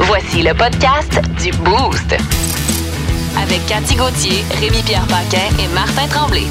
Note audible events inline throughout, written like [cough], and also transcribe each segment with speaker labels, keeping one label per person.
Speaker 1: Voici le podcast du Boost. Avec Cathy Gauthier, Rémi-Pierre Paquin et Martin Tremblay.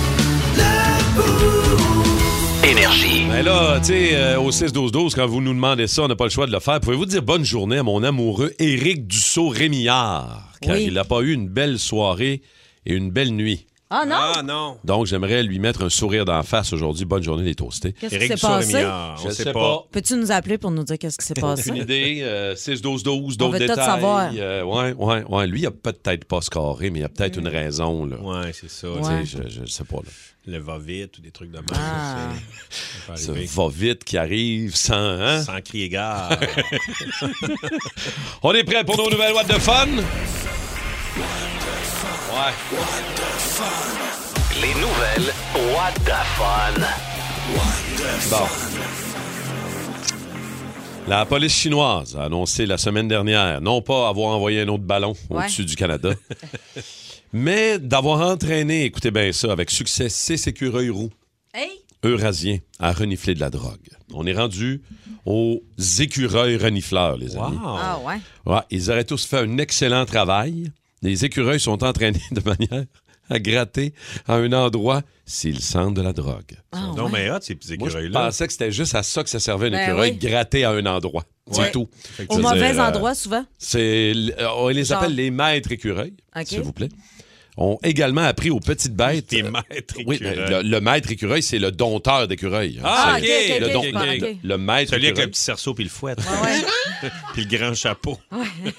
Speaker 2: Énergie.
Speaker 3: Ben là, tu sais, euh, au 6-12-12, quand vous nous demandez ça, on n'a pas le choix de le faire. Pouvez-vous dire bonne journée à mon amoureux Éric Dussault-Rémillard, car
Speaker 4: Oui.
Speaker 3: il n'a pas eu une belle soirée et une belle nuit.
Speaker 4: Ah non?
Speaker 5: Ah non!
Speaker 3: Donc, j'aimerais lui mettre un sourire d'en face aujourd'hui. Bonne journée, les toastés.
Speaker 4: Qu'est-ce qui
Speaker 5: Éric
Speaker 4: s'est passé?
Speaker 5: Dussault-Rémillard,
Speaker 3: Je
Speaker 5: on sait
Speaker 3: sais
Speaker 5: pas.
Speaker 3: pas.
Speaker 4: Peux-tu nous appeler pour nous dire qu'est-ce
Speaker 5: [laughs]
Speaker 4: qui s'est
Speaker 3: Aucune
Speaker 4: passé?
Speaker 3: idée. euh, 6-12-12,
Speaker 4: On
Speaker 3: d'autres
Speaker 4: veut tout
Speaker 3: détails.
Speaker 4: savoir.
Speaker 3: Euh, ouais, ouais, ouais. Lui, il a peut-être pas scoré, mais il y a peut-être une raison. Là.
Speaker 5: Ouais, c'est ça.
Speaker 4: Ouais.
Speaker 3: Tu sais, Je, je sais pas. là.
Speaker 5: Le va-vite ou des trucs de même.
Speaker 4: Ah.
Speaker 5: c'est- ça peut
Speaker 3: Ce
Speaker 5: arriver.
Speaker 3: va-vite qui arrive sans... hein?
Speaker 5: Sans crier [laughs] gare.
Speaker 3: On est prêt pour nos nouvelles What de Fun? Ouais.
Speaker 2: Les nouvelles. What the fun.
Speaker 3: Bon. La police chinoise a annoncé la semaine dernière non pas avoir envoyé un autre ballon
Speaker 4: Ouais.
Speaker 3: au-dessus du
Speaker 4: [laughs]
Speaker 3: Canada, mais d'avoir entraîné, écoutez bien ça, avec succès six écureuils roux
Speaker 4: Hey!
Speaker 3: eurasiens à renifler de la drogue. On est rendu aux écureuils renifleurs, les amis.
Speaker 4: Ah ouais?
Speaker 3: Ouais, ils auraient tous fait un excellent travail. Les écureuils sont entraînés de manière à gratter à un endroit s'ils sentent de la drogue.
Speaker 4: Ah
Speaker 5: non,
Speaker 4: ouais.
Speaker 5: mais hot, ces petits
Speaker 3: Moi, je
Speaker 5: écureuils-là.
Speaker 3: pensais que c'était juste à ça que ça servait un
Speaker 4: Ben
Speaker 3: écureuil,
Speaker 4: oui.
Speaker 3: gratter à un endroit. C'est
Speaker 4: Ouais.
Speaker 3: tout.
Speaker 5: Fait que
Speaker 4: Au
Speaker 5: tu veux
Speaker 4: mauvais
Speaker 5: dire, euh,
Speaker 4: endroit, souvent?
Speaker 3: C'est, l- euh, on les
Speaker 4: Genre.
Speaker 3: appelle les maîtres écureuils,
Speaker 4: Ok.
Speaker 3: s'il vous plaît. Ont également appris aux petites bêtes.
Speaker 5: Tes
Speaker 3: euh,
Speaker 5: maîtres
Speaker 3: oui,
Speaker 5: écureuils.
Speaker 3: le, le maître écureuil, c'est le dompteur d'écureuil. hein.
Speaker 5: Ah,
Speaker 3: C'est
Speaker 5: ok, ok,
Speaker 3: le,
Speaker 5: ok,
Speaker 3: don-
Speaker 5: je
Speaker 4: comprends,
Speaker 3: le-
Speaker 4: ok.
Speaker 3: le maître
Speaker 5: Celui avec
Speaker 3: écureuil.
Speaker 5: le petit cerceau puis le fouet.
Speaker 4: Ah [laughs] ouais.
Speaker 5: puis le
Speaker 4: [laughs]
Speaker 5: grand chapeau. [laughs]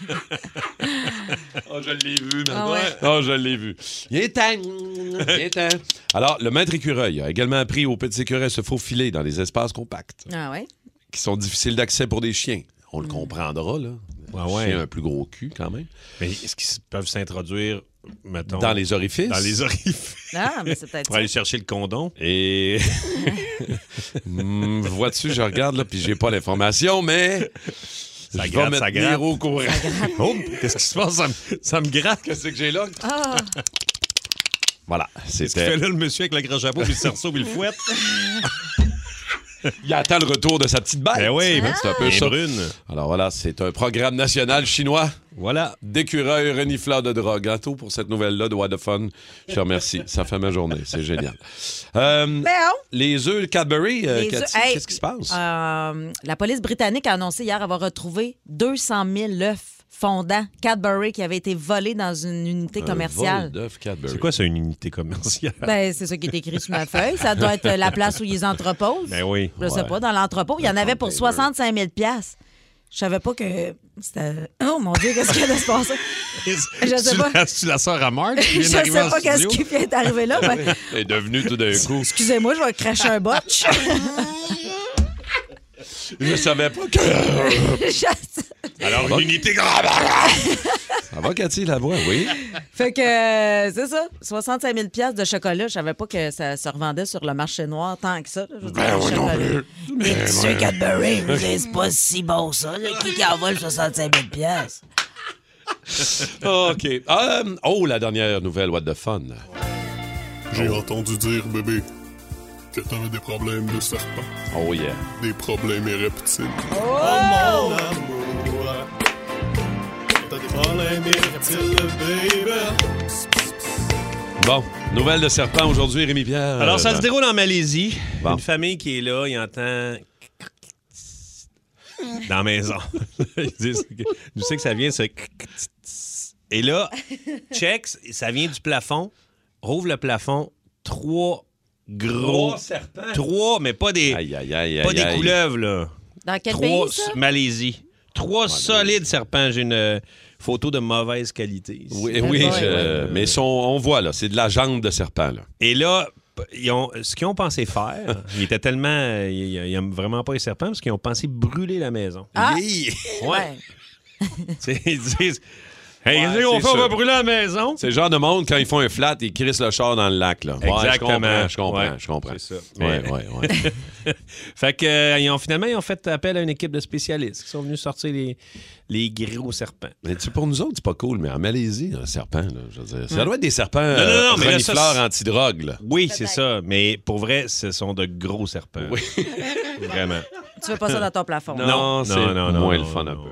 Speaker 3: Oh, je l'ai vu,
Speaker 4: Ah ouais.
Speaker 3: Oh, je l'ai vu. Il est temps. Il est temps. Alors, le maître écureuil a également appris aux petits écureuils à se faufiler dans des espaces compacts
Speaker 4: Ah ouais?
Speaker 3: qui sont difficiles d'accès pour des chiens. On
Speaker 4: Hmm.
Speaker 3: le comprendra, là.
Speaker 5: Ouais,
Speaker 3: Un
Speaker 5: Ah ouais.
Speaker 3: chien a un plus gros cul, quand même.
Speaker 5: Mais est-ce qu'ils peuvent s'introduire, mettons,
Speaker 3: Dans les orifices.
Speaker 5: dans les orifices
Speaker 4: Ah, mais c'est peut-être
Speaker 5: pour
Speaker 4: ça.
Speaker 5: aller chercher le condom? [laughs]
Speaker 3: Et. Hmm, Vois-tu, je regarde, là, puis j'ai pas l'information, mais.
Speaker 5: Ça
Speaker 3: je
Speaker 5: gratte,
Speaker 3: vais me
Speaker 5: ça
Speaker 3: tenir
Speaker 5: gratte.
Speaker 3: au courant.
Speaker 5: Oh, qu'est-ce qui se passe? Ça me, ça me gratte.
Speaker 3: Qu'est-ce que j'ai là?
Speaker 5: [laughs]
Speaker 4: Ah,
Speaker 3: Voilà,
Speaker 5: Qu'est-ce qu'il fait
Speaker 3: c'était.
Speaker 5: là, le monsieur avec le grand chapeau, puis le cerceau, puis le fouet?
Speaker 3: Il attend le retour de sa petite bête.
Speaker 5: [laughs] Ben
Speaker 4: Ah,
Speaker 5: oui,
Speaker 3: Hein, c'est un peu ça.
Speaker 5: brune.
Speaker 3: Alors voilà, c'est un programme national chinois
Speaker 5: Voilà.
Speaker 3: d'écureuils renifleurs de drogue. À tout pour cette nouvelle-là de What the Fun. Je te remercie. Ça fait ma journée. C'est génial. Euh,
Speaker 4: ben oh!
Speaker 3: les œufs Cadbury, euh,
Speaker 4: Les œufs-
Speaker 3: Cathy,
Speaker 4: hey,
Speaker 3: qu'est-ce qui se passe?
Speaker 4: Euh, la police britannique a annoncé hier avoir retrouvé 200 000 œufs fondants Cadbury qui avaient été volés dans une unité
Speaker 3: Un vol
Speaker 4: commerciale.
Speaker 3: d'œufs Cadbury.
Speaker 5: C'est quoi, ça, une unité commerciale?
Speaker 4: Ben, c'est ça qui est écrit sur ma feuille. Ça doit être la place où
Speaker 5: [laughs]
Speaker 4: ils entreposent.
Speaker 5: Ben oui.
Speaker 4: Je sais
Speaker 3: Ouais.
Speaker 4: pas, dans l'entrepôt. Il y en avait pour 65 000 Je savais pas que c'était... Oh mon Dieu, qu'est-ce qui allait se passer? Je sais
Speaker 5: [laughs] tu
Speaker 4: pas.
Speaker 5: La, tu la sors à Marc?
Speaker 4: Je sais pas qu'est-ce qui vient d'arriver là.
Speaker 5: [laughs]
Speaker 4: mais-
Speaker 3: est devenu tout d'un coup.
Speaker 4: Excusez-moi, je vais cracher un botch.
Speaker 3: Je savais pas que.
Speaker 4: Je-
Speaker 5: Alors,
Speaker 3: une
Speaker 5: une unité
Speaker 3: Ça va, Ah Cathy, la voix, oui.
Speaker 4: Fait que euh, c'est ça, 65 000 pièces de chocolat. Je savais pas que ça se revendait sur le marché noir tant que ça. là. Je veux dire,
Speaker 5: Ben,
Speaker 4: le chocolat. Les petits œufs
Speaker 5: [laughs]
Speaker 4: Cadbury, vous savez, c'est pas si bon ça. là. Qui qui en vole 65 000 pièces
Speaker 3: OK. Euh, oh, la dernière nouvelle, What the Fun.
Speaker 6: J'ai entendu dire, bébé, que t'avais des problèmes de serpent,
Speaker 3: Oh, yeah.
Speaker 6: des problèmes et reptiles.
Speaker 3: Bon, nouvelle de serpent aujourd'hui, Rémi Pierre. Euh,
Speaker 5: Alors, ça se déroule en Malaisie.
Speaker 3: Bon.
Speaker 5: Une famille qui est là, il entend. Dans la maison. [laughs] Ils disent que- Je sais que ça vient, ce. Et là, check, ça vient du plafond. Rouvre le plafond. Trois gros.
Speaker 3: Trois serpents.
Speaker 5: Trois, mais pas des,
Speaker 3: Aïe, aïe, aïe,
Speaker 5: pas
Speaker 3: aïe,
Speaker 5: des
Speaker 3: aïe.
Speaker 5: couleuvres, là.
Speaker 4: Dans quel
Speaker 5: Trois
Speaker 4: pays ça?
Speaker 5: s- Malaisie. Trois solides serpents. J'ai une euh, photo de mauvaise qualité. ici.
Speaker 3: Oui, oui,
Speaker 4: Ouais,
Speaker 3: je- mais son, on voit, là, c'est de la jambe de serpent, là.
Speaker 5: Et là, p- ils ont, euh, ce qu'ils ont
Speaker 3: [laughs]
Speaker 5: pensé faire, ils étaient tellement. euh, Ils ils aiment vraiment pas les serpents parce qu'ils ont pensé brûler la maison.
Speaker 4: Ah!
Speaker 5: Yeah! [laughs]
Speaker 4: Ouais.
Speaker 5: Tu sais, ils disent. Hey,
Speaker 3: Ouais,
Speaker 5: qu'est-ce qu'on
Speaker 3: c'est
Speaker 5: fait? On va
Speaker 3: sûr.
Speaker 5: brûler la maison.
Speaker 3: C'est le genre de monde, quand ils font un flat, ils crissent le char dans le lac, là. Ouais,
Speaker 5: Exactement.
Speaker 3: je comprends, je comprends,
Speaker 5: Ouais,
Speaker 3: je comprends.
Speaker 5: c'est ça.
Speaker 3: Ouais,
Speaker 5: Mais-
Speaker 3: ouais, [laughs] ouais.
Speaker 5: Fait que euh, ils ont, finalement, ils ont fait appel à une équipe de spécialistes qui sont venus sortir les, les gros serpents.
Speaker 3: Mais tu sais, pour nous autres, c'est pas cool, mais en Malaisie, un serpent, là, je veux dire, ça doit être des serpents non,
Speaker 5: non, non, mais là, ça, c'est-
Speaker 3: anti-drogue, là.
Speaker 5: Oui, c'est ça. Mais pour vrai, ce sont de gros serpents.
Speaker 3: Oui.
Speaker 5: [laughs] Vraiment.
Speaker 4: Tu veux pas ça dans ton plafond.
Speaker 3: Non,
Speaker 5: Euh, Non,
Speaker 3: c'est
Speaker 5: non, non,
Speaker 3: moins
Speaker 5: non,
Speaker 3: le fun un
Speaker 5: non.
Speaker 3: peu.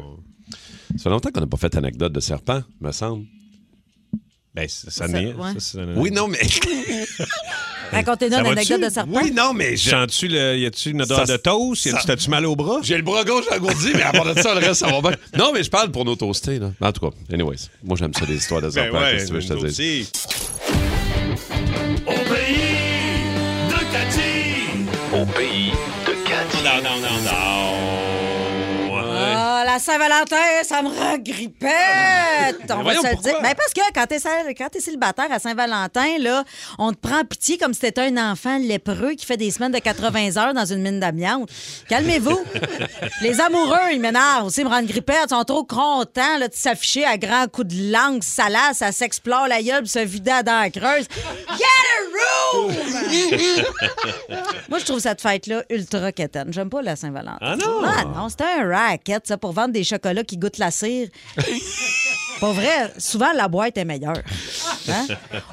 Speaker 3: Ça fait longtemps qu'on n'a pas fait anecdote de serpent, me semble.
Speaker 5: Ben, ça,
Speaker 4: Ça,
Speaker 5: ça, n'est-
Speaker 4: ouais.
Speaker 5: ça, c'est-
Speaker 3: Oui, non,
Speaker 5: [laughs]
Speaker 3: mais. [laughs]
Speaker 4: Racontez-nous
Speaker 5: Ça
Speaker 4: une
Speaker 5: va-tu?
Speaker 4: anecdote de serpent.
Speaker 3: Oui, non, mais. je-
Speaker 5: Sens-tu le- y a-tu une odeur
Speaker 3: Ça-
Speaker 5: de toast? Y a-tu-
Speaker 3: ça-
Speaker 5: T'as-tu mal au bras?
Speaker 3: J'ai le bras gauche engourdi, mais à part de ça, le reste, ça va bien. Non, mais je parle pour nos toastés, là. En tout cas, anyways, moi, j'aime ça, les histoires
Speaker 5: Ben
Speaker 3: de serpents. qu'est-ce que tu veux que je te dise?
Speaker 2: Au pays de Cathy.
Speaker 5: Non, non, non, non. Ouais.
Speaker 4: Ah, la Saint-Valentin, ça me regrippette! On va
Speaker 5: voyons,
Speaker 4: se le
Speaker 5: pourquoi?
Speaker 4: dire. Ben parce que quand t'es sal- quand t'es célibataire à Saint-Valentin, là, on te prend pitié comme si t'étais un enfant lépreux qui fait des semaines de 80 heures dans une mine d'amiante. Calmez-vous. Les amoureux, ils m'énervent aussi, me rendent grippette. Ils sont trop contents là, de s'afficher à grands coups de langue salace, à s'explore la gueule puis se vider à dents creuses. Get a room! Moi, je trouve cette fête-là ultra quétaine. J'aime pas la Saint-Valentin.
Speaker 5: Ah non?
Speaker 4: Ah non, c'est un racket, ça, pour vendre des chocolats qui goûtent la
Speaker 5: [laughs]
Speaker 4: cire. Pour vrai, souvent, la boîte est meilleure. Hein?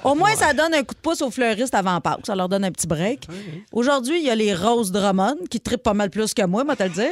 Speaker 4: Au moins, ça donne un coup de pouce aux fleuristes avant Pâques. Ça leur donne un petit break. Aujourd'hui, il y a les roses Drummond qui trippent pas mal plus que moi, moi te le
Speaker 5: [laughs]
Speaker 4: dire.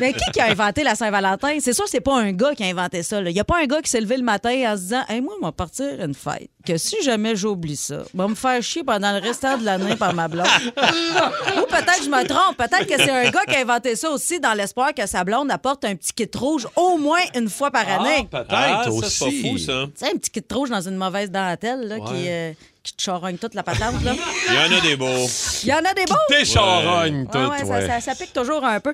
Speaker 4: Mais qui, qui a inventé la Saint-Valentin? C'est sûr, c'est pas un gars qui a inventé ça. là. Il y a pas un gars qui s'est levé le matin en se disant hey, Moi, on va partir une fête. Que si jamais j'oublie ça, va me faire chier pendant le restant de l'année par ma blonde. Ou peut-être je me trompe. Peut-être que c'est un gars qui a inventé ça aussi dans l'espoir que sa blonde apporte un petit kit rouge au moins une fois par année.
Speaker 5: Ah, ça,
Speaker 3: aussi.
Speaker 5: c'est pas fou, ça.
Speaker 4: Tu sais, un petit kit rouge dans une mauvaise dentelle là, qui, euh, qui te charogne toute la patente. Là.
Speaker 5: Il y en a [laughs] des beaux.
Speaker 4: Il y en a des beaux!
Speaker 3: T'es charogne,
Speaker 4: Ouais,
Speaker 3: tout,
Speaker 4: ouais, ça-
Speaker 3: ouais.
Speaker 4: Ça, ça pique toujours un peu.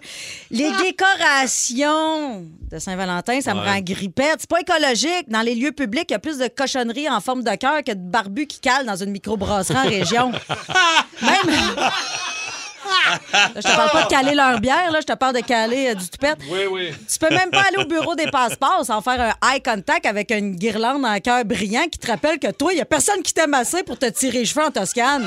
Speaker 4: Les décorations de Saint-Valentin, ça me rend grippette. C'est pas écologique. Dans les lieux publics, il y a plus de cochonneries en forme de cœur que de barbus qui calent dans une microbrasserie en région.
Speaker 3: [laughs]
Speaker 4: Même... Là, Je te parle pas de caler leur bière, là, je te parle de caler euh, du toupette. Tu peux même pas aller au bureau des passeports sans faire un eye contact avec une guirlande en cœur brillant qui te rappelle que toi, il y a personne qui t'aime assez pour te tirer les cheveux en Toscane.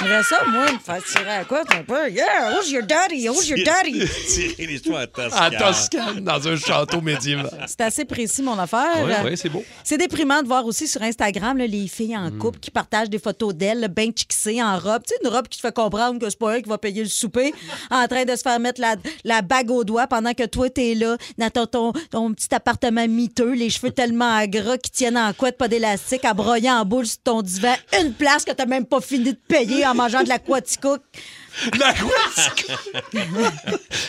Speaker 4: J'aimerais ça, moi, me faire tirer à quoi, un peu? Yeah, who's your daddy? Who's
Speaker 5: [laughs]
Speaker 4: your daddy?
Speaker 5: Tirer les cheveux à
Speaker 3: À
Speaker 5: Toscane.
Speaker 3: Toscane, dans un château
Speaker 5: [laughs]
Speaker 3: médiéval.
Speaker 4: C'est assez précis, mon affaire.
Speaker 3: Oui, oui, c'est beau. Hmm.
Speaker 4: C'est déprimant de voir aussi sur Instagram là, les filles en couple qui partagent des photos d'elles, bien chiquissées, en robe. Tu sais, une robe qui te fait comprendre que c'est pas elle qui va payer
Speaker 3: [laughs]
Speaker 4: le souper, en train de se faire mettre la, la bague au doigt pendant que toi, t'es là, dans ton, ton- ton petit appartement miteux, les cheveux tellement gras qui tiennent en couette, pas d'élastique, à broyer en boule sur ton divan, une place que t'as même pas fini de payer en mangeant
Speaker 3: [laughs]
Speaker 4: de l'aquatico.
Speaker 3: La Guasca.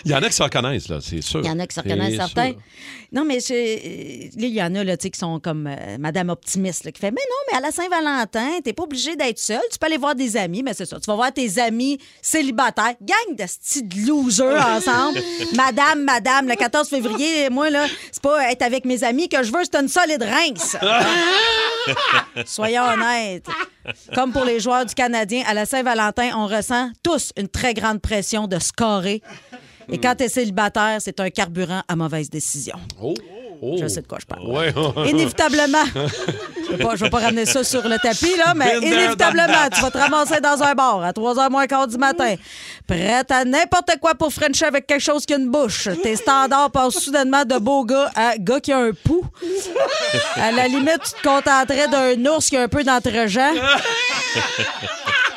Speaker 3: Il y en a qui s'en connaissent, là, c'est sûr.
Speaker 4: Il y en a qui se
Speaker 3: C'est
Speaker 4: reconnaissent
Speaker 3: sûr.
Speaker 4: certains. Non, mais c'est- euh, là, il y en a là, tu sais, qui sont comme euh, Madame Optimiste là, qui fait Mais non, mais à la Saint-Valentin, t'es pas obligé d'être seul. Tu peux aller voir des amis, mais c'est ça. Tu vas voir tes amis célibataires, gang de petits
Speaker 3: [laughs]
Speaker 4: losers ensemble. Madame, Madame, le 14 février, moi, là, c'est pas être avec mes amis que je veux, c'est une
Speaker 3: [laughs]
Speaker 4: solide rince. Soyons honnêtes. Comme pour les joueurs du Canadien, à la Saint-Valentin, on ressent tous une très grande pression de scorer. Et quand t'es célibataire, c'est un carburant à mauvaise décision.
Speaker 3: Oh, oh.
Speaker 4: Je sais de quoi je parle.
Speaker 3: Ouais, [laughs]
Speaker 4: [laughs] Inévitablement, je ne vais, pas ramener ça sur le tapis, là, mais
Speaker 3: Been there,
Speaker 4: inévitablement, tu vas te ramasser dans un bar à 3h moins quart du matin, prête à n'importe quoi pour Frencher avec quelque chose qu'une bouche. Tes standards passent soudainement de beau gars à gars qui a un pouls. À la limite, tu te contenterais d'un ours qui a un peu d'entregent.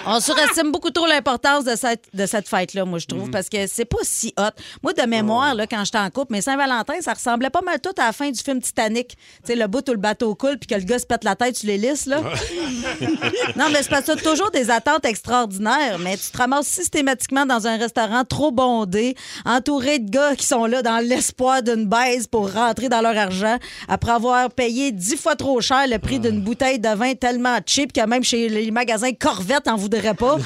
Speaker 4: On surestime beaucoup trop l'importance de cette, de cette fête-là, moi, je trouve, parce que c'est pas si hot. Moi, de mémoire, là, quand j'étais en couple, mais Saint-Valentin, ça ressemblait pas mal tout à la fin du film Titanic. Tu sais, le bout où le bateau coule, puis que le gars se pète la tête, tu les lisses, là. non, mais c'est parce que t'as toujours des attentes extraordinaires, mais tu te ramasses systématiquement dans un restaurant trop bondé, entouré de gars qui sont là dans l'espoir d'une baise pour rentrer dans leur argent, après avoir payé dix fois trop cher le prix d'une bouteille de vin tellement cheap que même chez les magasins Corvette, en voudrait pas.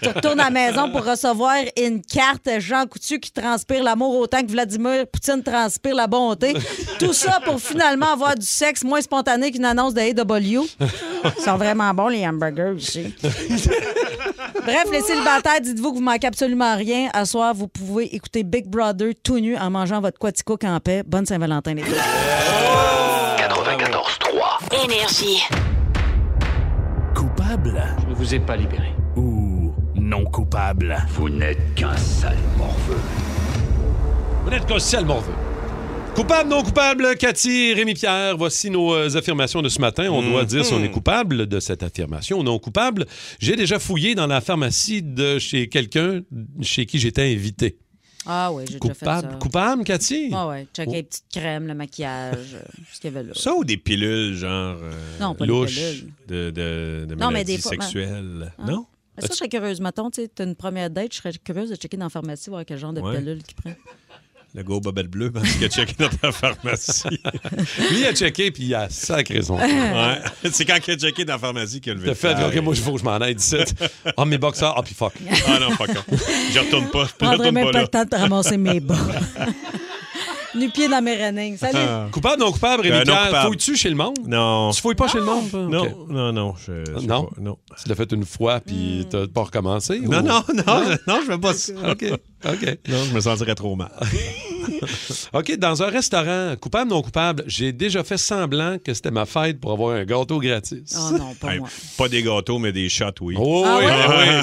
Speaker 4: tu retournes à la maison pour recevoir une carte Jean Coutu qui transpire l'amour autant que Vladimir Poutine transpire la bonté. Tout ça pour finalement avoir du sexe moins spontané qu'une annonce de AW. Ils sont vraiment bons, les hamburgers ici. Bref, les célibataires, dites-vous que vous manquez absolument rien. À soir, vous pouvez écouter Big Brother tout nu en mangeant votre quatico en paix. Bonne Saint-Valentin, les gars.
Speaker 2: 94.3.
Speaker 1: Énergie.
Speaker 7: Coupable
Speaker 2: Je ne vous ai pas libéré.
Speaker 7: ou non coupable?
Speaker 2: Vous n'êtes qu'un sale morveux.
Speaker 3: Vous n'êtes qu'un ciel morveux. Coupable, non coupable, Cathy, Rémi Pierre, voici nos euh, affirmations de ce matin. On doit dire si on est
Speaker 4: Mhm.
Speaker 3: coupable de cette affirmation ou non coupable. J'ai déjà fouillé dans la pharmacie de chez quelqu'un chez qui j'étais invité.
Speaker 4: Ah oui, j'ai déjà fait ça.
Speaker 3: Coupable, coupable, Cathy?
Speaker 4: Ah ouais, checker les petites crèmes, le maquillage, euh, ce qu'il y avait là.
Speaker 5: Ça ou des pilules, genre. euh,
Speaker 4: Non, pas des
Speaker 5: louches
Speaker 4: pilules.
Speaker 5: De, de, de
Speaker 4: Non, mais
Speaker 5: maladies
Speaker 4: des fois, ben-
Speaker 5: sexuelles. Non?
Speaker 4: Mais ça, je serais curieuse. Mettons, tu sais, t'as une première date, je serais curieuse de checker dans la pharmacie, voir quel genre de
Speaker 5: Ouais.
Speaker 4: pilule qu'ils prennent.
Speaker 5: Le gros bobette bleu, parce que check dans la pharmacie.
Speaker 3: Lui, il a checké, puis il a sacré
Speaker 4: [laughs]
Speaker 3: son.
Speaker 5: Ouais. [laughs] C'est quand il a checké dans la pharmacie qu'il a levé.
Speaker 3: T'as
Speaker 5: le
Speaker 3: fait,
Speaker 5: flag.
Speaker 3: OK, moi, il faut que je m'en aille d'ici. Ah, mes boxeurs, ah, puis
Speaker 4: [laughs]
Speaker 3: fuck.
Speaker 5: Ah non, pas con. Je retourne pas. Je
Speaker 4: Je prendrais
Speaker 5: retourne
Speaker 4: même
Speaker 5: pas
Speaker 4: pas
Speaker 5: là.
Speaker 4: le temps de te ramasser mes bas. [laughs] nu pieds dans mes renings. Salut!
Speaker 3: Coupable, non coupable, Rémi
Speaker 5: Euh, non
Speaker 3: Pierre,
Speaker 5: coupable.
Speaker 3: fouilles-tu chez le monde?
Speaker 5: Non.
Speaker 3: Tu fouilles pas chez le monde? toi?
Speaker 5: Non,
Speaker 3: OK.
Speaker 5: non, non. Je, je sais
Speaker 3: Non?
Speaker 5: pas, non.
Speaker 3: Tu l'as fait une fois,
Speaker 4: Hmm.
Speaker 3: puis t'as pas recommencé? ou-
Speaker 5: Non, non, non, je, non, je fais pas ça.
Speaker 3: [laughs] OK, OK.
Speaker 5: Non, je me sentirais trop mal.
Speaker 3: OK, dans un restaurant, coupable, non coupable, j'ai déjà fait semblant que c'était ma fête pour avoir un gâteau gratis.
Speaker 4: Oh non, pas
Speaker 5: Hey,
Speaker 4: moi.
Speaker 5: pas des gâteaux, mais des shots, oui.
Speaker 3: Oh
Speaker 4: Ah
Speaker 3: [laughs] oui,
Speaker 4: ouais?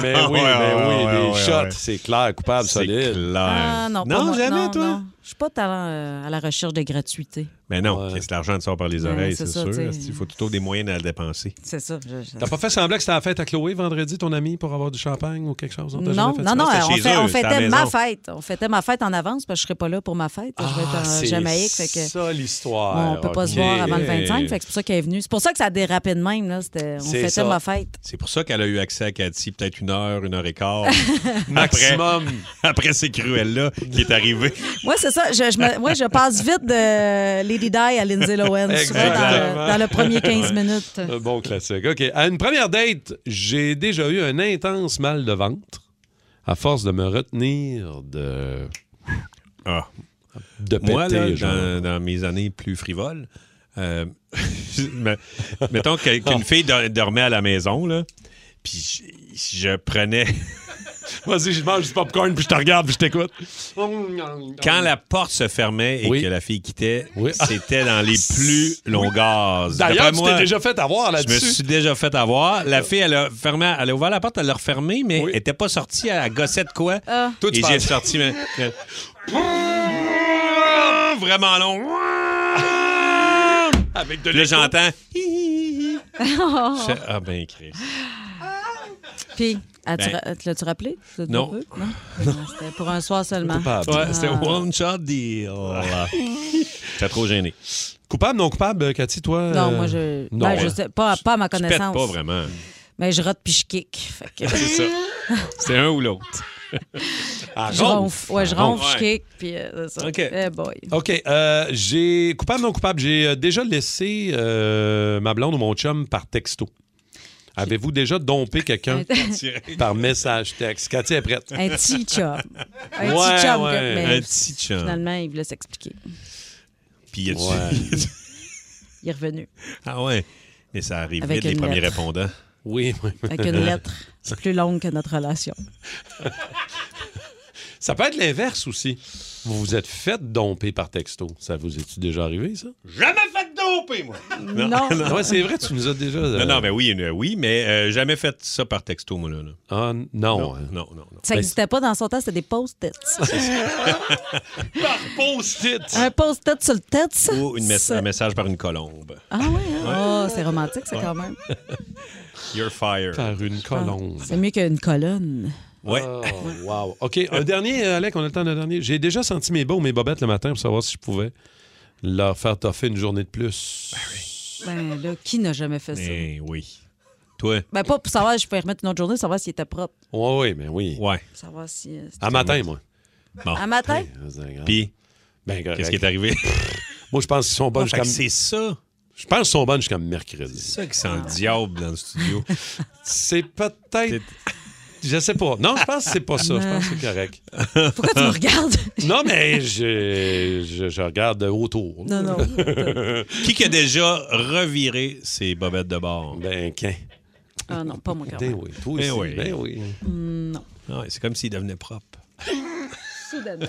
Speaker 3: ben
Speaker 4: [laughs]
Speaker 3: oui, mais oui,
Speaker 5: Ouais,
Speaker 3: ben
Speaker 5: ouais,
Speaker 3: oui,
Speaker 5: ouais,
Speaker 3: des
Speaker 5: ouais,
Speaker 3: shots,
Speaker 5: ouais.
Speaker 3: c'est clair, coupable,
Speaker 5: C'est
Speaker 3: solide.
Speaker 5: clair.
Speaker 4: Ah non, pas moi.
Speaker 5: jamais,
Speaker 4: non,
Speaker 5: toi?
Speaker 4: non. Je suis pas talent euh, à la recherche de gratuité.
Speaker 5: Mais non,
Speaker 3: Ouais.
Speaker 5: Chris, l'argent te sort par les
Speaker 4: Ouais,
Speaker 5: oreilles,
Speaker 4: c'est
Speaker 5: c'est
Speaker 4: ça,
Speaker 5: sûr.
Speaker 4: t'sais.
Speaker 5: Il faut toujours des moyens de la dépenser.
Speaker 4: C'est ça. je- je-
Speaker 3: T'as pas fait semblant que c'était la fête à Chloé vendredi, ton ami, pour avoir du champagne ou quelque chose? T'as
Speaker 4: Non,
Speaker 3: jamais fait ça? Ah,
Speaker 4: non, non,
Speaker 5: C'était
Speaker 4: on,
Speaker 5: chez
Speaker 4: fait-
Speaker 5: eux,
Speaker 4: on
Speaker 5: c'était à la
Speaker 4: fêtait ma
Speaker 5: maison.
Speaker 4: fête. On fêtait ma fête en avance parce que je serais pas là pour ma fête. je vais
Speaker 3: Ah,
Speaker 4: être en
Speaker 3: c'est
Speaker 4: Jamaïque. Fait que...
Speaker 3: ça l'histoire.
Speaker 4: on peut pas se
Speaker 3: OK.
Speaker 4: voir avant le 25, fait que c'est pour ça qu'elle est venue. C'est pour ça que ça a dérapé de même. Là. C'était- On
Speaker 3: C'est
Speaker 4: fêtait
Speaker 3: ça.
Speaker 4: ma fête.
Speaker 5: C'est pour ça qu'elle a eu accès à Cathy peut-être une heure, une heure et [laughs] quart. après,
Speaker 3: Maximum.
Speaker 5: après ces cruelles-là qui est arrivé.
Speaker 4: Moi, c'est ça. Je, je me- moi, je passe vite de Lady Di à Lindsay Lohan, souvent dans,
Speaker 3: Exactement.
Speaker 4: le- dans le premier 15 minutes.
Speaker 3: Un bon classique. OK. À une première date, j'ai déjà eu un intense mal de ventre à force de me retenir de,
Speaker 5: Ah.
Speaker 3: de péter.
Speaker 5: Moi, là,
Speaker 3: genre.
Speaker 5: dans, dans mes années plus frivoles, euh, [laughs] me- mettons que-
Speaker 3: Ah.
Speaker 5: qu'une fille do- dormait à la maison, là, puis je, je prenais...
Speaker 3: Vas-y, je mange du popcorn, puis je te regarde, puis je t'écoute.
Speaker 5: Quand la porte se fermait et
Speaker 3: Oui.
Speaker 5: que la fille quittait,
Speaker 3: Oui.
Speaker 5: c'était dans les
Speaker 3: [laughs]
Speaker 5: plus longs gaz.
Speaker 3: D'ailleurs,
Speaker 5: D'après
Speaker 3: tu
Speaker 5: moi,
Speaker 3: t'es déjà fait avoir
Speaker 5: Je me
Speaker 3: là-dessus.
Speaker 5: suis déjà fait avoir. La fille, elle a, fermé, elle a ouvert la porte, elle l'a refermée, mais
Speaker 3: Oui.
Speaker 5: elle n'était pas sortie. Elle gossait de quoi.
Speaker 4: Ah.
Speaker 3: Toi, tu
Speaker 5: et
Speaker 3: penses-
Speaker 5: j'ai sorti. Mais, mais- [laughs] vraiment [laughs] long. Avec de
Speaker 4: [laughs]
Speaker 5: Là, j'entends. Je fais, ah ben, Chris.
Speaker 4: Puis, as tu,
Speaker 5: Ben.
Speaker 4: ra- te l'as-tu rappelé? Ça te
Speaker 5: Non.
Speaker 4: veut? C'était pour un soir seulement.
Speaker 3: Coupable.
Speaker 5: Ouais, c'était one shot deal. J'étais trop gêné.
Speaker 3: Coupable, non coupable, Cathy, toi?
Speaker 4: Non,
Speaker 3: euh,
Speaker 4: moi, je.
Speaker 3: non,
Speaker 4: ben, je
Speaker 3: hein.
Speaker 4: sais, pas, pas à ma
Speaker 5: Je pète
Speaker 4: connaissance.
Speaker 5: pas vraiment.
Speaker 4: Mais je rote puis je kick. Fait que
Speaker 5: [laughs] C'est ça. C'est un ou [laughs] l'autre.
Speaker 3: Ah,
Speaker 4: je ronfle. Ouais, je ronfle, je
Speaker 5: ronfle.
Speaker 4: kick. Puis, euh, c'est ça.
Speaker 5: Oh, OK.
Speaker 4: Eh boy.
Speaker 3: OK. euh, j'ai coupable, non coupable, j'ai euh, déjà laissé euh, ma blonde ou mon chum par texto. Avez-vous déjà dompé
Speaker 5: Ah, hein?
Speaker 4: [laughs]
Speaker 3: quelqu'un par message texte? Cathy est prête.
Speaker 4: Un petit chum. Un
Speaker 3: Ouais,
Speaker 4: petit chum.
Speaker 3: ouais.
Speaker 4: mais
Speaker 5: Un petit chum.
Speaker 4: finalement, il voulait s'expliquer.
Speaker 5: Puis y a-tu-
Speaker 3: Ouais.
Speaker 5: y a-tu-
Speaker 4: Il est revenu
Speaker 5: [laughs] Ah ouais. Mais ça arrive
Speaker 4: Avec
Speaker 5: vite, les
Speaker 4: une
Speaker 5: premiers
Speaker 4: lettre.
Speaker 5: répondants.
Speaker 3: Oui, oui.
Speaker 4: avec
Speaker 5: [laughs]
Speaker 4: une lettre plus longue que notre relation.
Speaker 3: Ça peut être l'inverse aussi. Vous vous êtes fait domper par texto. Ça vous est-tu déjà arrivé, ça?
Speaker 5: Jamais fait domper, moi!
Speaker 4: Non.
Speaker 3: Ouais, c'est vrai, tu nous as déjà. euh,
Speaker 5: Non, non, mais oui, euh, oui, mais euh, jamais fait ça par texto, moi, là. là.
Speaker 3: ah, non.
Speaker 5: Non,
Speaker 3: hein.
Speaker 5: non, non. non.
Speaker 4: Ça n'existait pas dans son temps, c'était des post-its.
Speaker 3: Post-it!
Speaker 4: un post-it sur le tête.
Speaker 5: Ou une mes-
Speaker 4: ça-
Speaker 5: un message par une colombe.
Speaker 4: Ah ouais, hein? Oh, c'est romantique, ça, quand même.
Speaker 5: You're fired.
Speaker 4: Ah.
Speaker 3: Par une colombe.
Speaker 4: C'est mieux qu'une colonne.
Speaker 5: Ouais.
Speaker 4: Ah,
Speaker 3: Oh,
Speaker 5: [laughs]
Speaker 3: wow. OK, un dernier, euh, Alec, on a le temps d'un dernier. J'ai déjà senti mes bas ou mes bobettes le matin pour savoir si je pouvais leur faire toffer une journée de plus.
Speaker 4: Ben là, qui n'a jamais fait ça?
Speaker 5: Eh oui. Toi?
Speaker 4: Ben pas pour savoir si je pouvais remettre une autre journée, savoir s'il était propre.
Speaker 3: Oui, oui, mais oui.
Speaker 5: Ouais.
Speaker 4: Pour savoir si... euh, c'était-
Speaker 3: À matin, moi.
Speaker 4: À matin?
Speaker 5: Puis,
Speaker 3: Ben, correct.
Speaker 5: qu'est-ce qui est arrivé?
Speaker 3: Moi, je pense qu'ils sont
Speaker 5: Ah,
Speaker 3: bonnes
Speaker 5: [laughs] fait
Speaker 3: jusqu'à...
Speaker 5: que c'est ça.
Speaker 3: Je pense qu'ils sont bonnes jusqu'à mercredi.
Speaker 5: C'est ça qui sent
Speaker 4: Ah.
Speaker 5: le diable dans
Speaker 4: [laughs]
Speaker 5: le studio.
Speaker 3: C'est peut-être...
Speaker 5: C'est-
Speaker 3: Je sais pas. Non, je pense que c'est pas ça. Je pense que c'est correct.
Speaker 4: Pourquoi tu me regardes?
Speaker 3: Non, mais je, je, je regarde autour.
Speaker 4: non, non.
Speaker 5: Qui qui a déjà reviré ses bobettes de bord?
Speaker 3: Ben, qu'un.
Speaker 4: Ah non, pas moi, quand
Speaker 3: Ben
Speaker 4: même.
Speaker 3: oui, toi
Speaker 5: Ben
Speaker 3: aussi.
Speaker 5: oui.
Speaker 3: Ben oui.
Speaker 5: Ah Ouais, c'est comme s'il devenait propre.
Speaker 4: [laughs] Soudainement.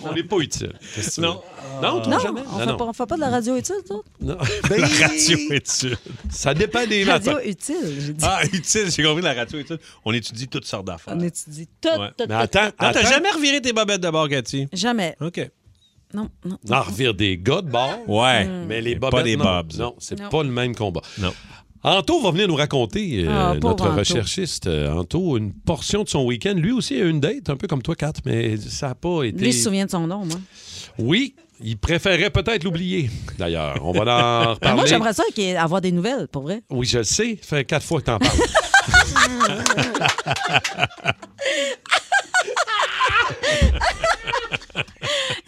Speaker 3: On n'est pas utile.
Speaker 5: Non.
Speaker 3: Non, toi,
Speaker 4: Non,
Speaker 3: jamais.
Speaker 4: on fait, Pas, on fait pas de la radio utile, toi?
Speaker 3: Non. Ben,
Speaker 5: Radio-étude.
Speaker 3: ça dépend des matins.
Speaker 4: Radio utile, j'ai dit.
Speaker 5: Ah, utile, j'ai compris la radio-étude. On étudie toutes sortes d'affaires.
Speaker 4: On
Speaker 5: Non,
Speaker 4: étudie tout,
Speaker 5: Ouais.
Speaker 3: Mais
Speaker 4: tout, tout.
Speaker 3: attends, attends.
Speaker 5: t'as jamais reviré tes bobettes de bord, Cathy?
Speaker 4: Jamais.
Speaker 5: OK.
Speaker 4: Non, non.
Speaker 3: On en revire des gars de bord,
Speaker 5: Ouais.
Speaker 3: mais les
Speaker 4: Hmm.
Speaker 5: Mais pas
Speaker 3: bobettes,
Speaker 5: des
Speaker 3: non.
Speaker 5: bobs.
Speaker 3: Non, c'est
Speaker 4: Non.
Speaker 3: pas le même combat.
Speaker 5: Non.
Speaker 3: Anto va venir nous raconter, euh,
Speaker 4: Ah, pauvre
Speaker 3: notre
Speaker 4: Anto.
Speaker 3: recherchiste euh, Anto, une portion de son week-end. Lui aussi a eu une date, un peu comme toi, Kat, mais ça n'a pas été.
Speaker 4: Lui, il se souvient de son nom, moi.
Speaker 3: Oui, il préférait peut-être l'oublier. D'ailleurs, on
Speaker 4: [laughs]
Speaker 3: va en
Speaker 4: Mais Ben, Moi,
Speaker 3: reparler.
Speaker 4: j'aimerais ça qu'il y ait- avoir des nouvelles, pour vrai.
Speaker 3: oui, je le sais. Ça fait quatre fois que t'en parles.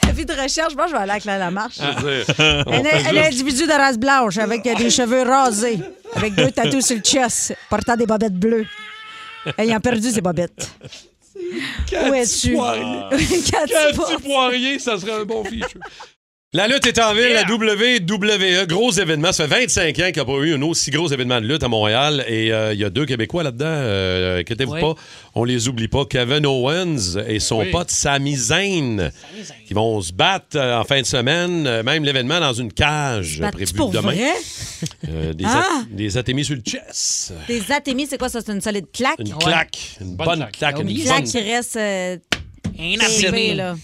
Speaker 4: La vie de recherche, moi, je vais aller avec la, la marche.
Speaker 3: Je veux [laughs] dire,
Speaker 4: Un, un individu de race blanche avec euh, des cheveux rasés, avec deux tatous sur le chest, portant des bobettes bleues, ayant perdu ses bobettes. Où es-tu? [laughs] Cathy Poirier.
Speaker 3: Cathy Poirier, ça serait un bon fichu. La lutte est en ville, la WWE, gros événement. Ça fait 25 ans qu'il n'y a pas eu un aussi gros événement de lutte à Montréal. Et euh, il y a deux Québécois là-dedans. euh, inquiétez-vous
Speaker 5: Oui.
Speaker 3: pas, on les oublie pas. Kevin Owens et son pote Sami Zayn, qui vont se battre euh, en fin de semaine. Euh, Même l'événement dans une cage euh, prévu
Speaker 4: Battu pour
Speaker 3: demain.
Speaker 4: vrai?
Speaker 3: Euh, des,
Speaker 4: Ah!
Speaker 3: at- des atémies sur le chest.
Speaker 4: Des atémies, c'est quoi ça? C'est une solide claque?
Speaker 3: Une claque, une bonne, claque, une
Speaker 4: Une
Speaker 3: bonne
Speaker 4: claque qui reste euh, serrée, là.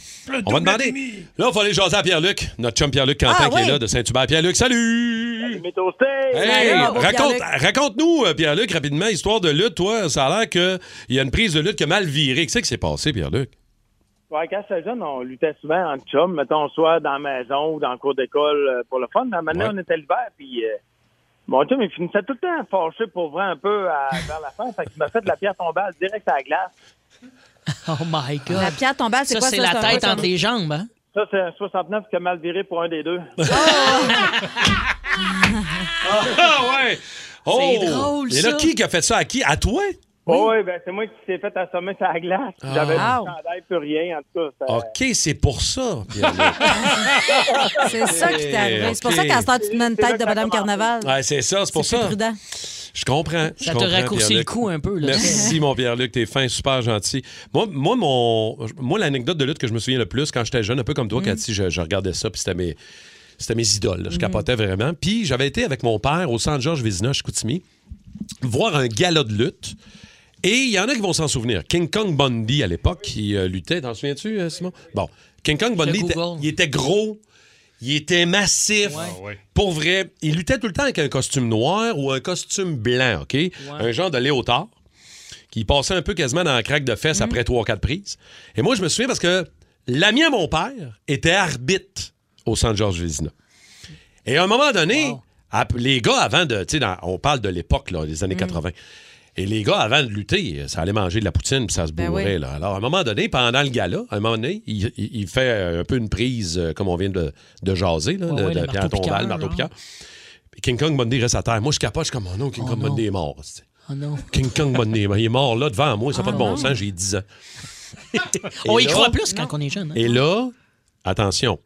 Speaker 3: On va demander. Là, il faut aller jaser à Pierre-Luc, notre chum Pierre-Luc Quentin
Speaker 4: Ah,
Speaker 3: qui est
Speaker 4: oui.
Speaker 3: là de Saint-Hubert. Pierre-Luc, salut! Hey,
Speaker 4: Salut, mon beau
Speaker 3: raconte,
Speaker 4: Pierre-Luc.
Speaker 3: raconte-nous, euh, Pierre-Luc, rapidement, histoire de lutte. Toi, ça a l'air qu'il y a une prise de lutte qui a mal viré. Qu'est-ce qui s'est passé, Pierre-Luc?
Speaker 8: Ouais, quand j'étais jeune, on luttait souvent en chum, mettons, soit dans la maison ou dans le cours d'école euh, pour le fun. Mais maintenant,
Speaker 3: Ouais.
Speaker 8: on était l'hiver, puis euh, mon chum, il finissait tout le temps fâché pour vrai un peu à- vers la fin. Fait qu'il m'a fait de la pierre tombale direct à la glace.
Speaker 9: Oh my
Speaker 4: La
Speaker 9: God.
Speaker 4: pierre tombale, c'est
Speaker 9: Ça,
Speaker 4: quoi
Speaker 9: c'est
Speaker 4: ça?
Speaker 9: la
Speaker 4: un
Speaker 9: tête
Speaker 4: peu
Speaker 9: entre les jambes, hein?
Speaker 8: Ça, c'est un 69 qui a mal viré pour un des deux.
Speaker 3: Ah ouais! Oh!
Speaker 9: drôle,
Speaker 3: Et là,
Speaker 9: ça.
Speaker 3: qui qui a fait ça à qui? À toi?
Speaker 8: Oh, oui, ben, c'est moi qui s'est fait assommer sur la glace. J'avais plus
Speaker 4: Ah.
Speaker 8: de chandail, plus rien, en tout cas. ça-
Speaker 3: OK, c'est pour ça, Pierre-Luc.
Speaker 4: comme- C'est ça qui t'est arrivé. C'est pour ça
Speaker 3: Ok.
Speaker 4: qu'à ce temps, tu te mets une
Speaker 8: C'est là
Speaker 4: tête
Speaker 8: que
Speaker 4: de
Speaker 8: ça
Speaker 4: Madame
Speaker 8: a commencé.
Speaker 4: Carnaval.
Speaker 3: ouais, Ah, c'est ça, c'est pour
Speaker 4: C'est
Speaker 3: ça.
Speaker 4: prudent.
Speaker 3: Je comprends. je
Speaker 9: Ça te
Speaker 3: comprends,
Speaker 9: raccourcit le
Speaker 3: Pierre-Luc.
Speaker 9: cou un peu, là.
Speaker 3: Merci, mon Pierre-Luc. T'es fin, super gentil. Moi, moi, mon, moi l'anecdote de lutte que je me souviens le plus quand j'étais jeune, un peu comme toi,
Speaker 9: Mm.
Speaker 3: Cathy, je, je regardais ça, puis c'était mes, c'était mes idoles. là. Je capotais vraiment. Puis j'avais été avec mon père au centre Georges Vézina, chez Koutimi, voir un gala de lutte. Et il y en a qui vont s'en souvenir. King Kong Bundy, à l'époque, qui euh, luttait. T'en souviens-tu, euh, Simon? Bon. King Kong Bundy, il était-
Speaker 9: Google.
Speaker 3: il était gros. Il était massif. Pour vrai, il luttait tout le temps avec un costume noir ou un costume blanc, OK? Un genre de léotard qui passait un peu quasiment dans la craque de fesses après trois, quatre prises. Et moi, je me souviens parce que l'ami à mon père était arbitre au centre Georges Vézina. Et à un moment donné, ap- les gars, avant de. Tu sais, dans- on parle de l'époque, là, des
Speaker 9: Mm.
Speaker 3: années 80. Et les gars, avant de lutter, ça allait manger de la poutine puis ça se
Speaker 4: Ben
Speaker 3: bourrait.
Speaker 4: oui.
Speaker 3: là. Alors, à un moment donné, pendant le gala, à un moment donné, il, il- il fait euh, un peu une prise, euh, comme on vient de, de jaser, là,
Speaker 9: Ouais,
Speaker 3: de,
Speaker 9: ouais,
Speaker 3: de
Speaker 9: le
Speaker 3: Pierre
Speaker 9: marteau
Speaker 3: Tombal,
Speaker 9: piqueur,
Speaker 3: marteau
Speaker 9: genre.
Speaker 3: piqueur. Puis King Kong Bundy reste à terre. Moi, je capote, je suis comme, oh non, King Kong
Speaker 9: non.
Speaker 3: Bundy est mort. c'est-
Speaker 9: Oh non. Ah
Speaker 3: King Kong Bundy, il est mort là devant moi, ça n'a pas de bon sens, j'ai 10 ans.
Speaker 9: [laughs] On y
Speaker 3: là-
Speaker 9: croit plus quand on est jeune. hein?
Speaker 3: Et là, attention,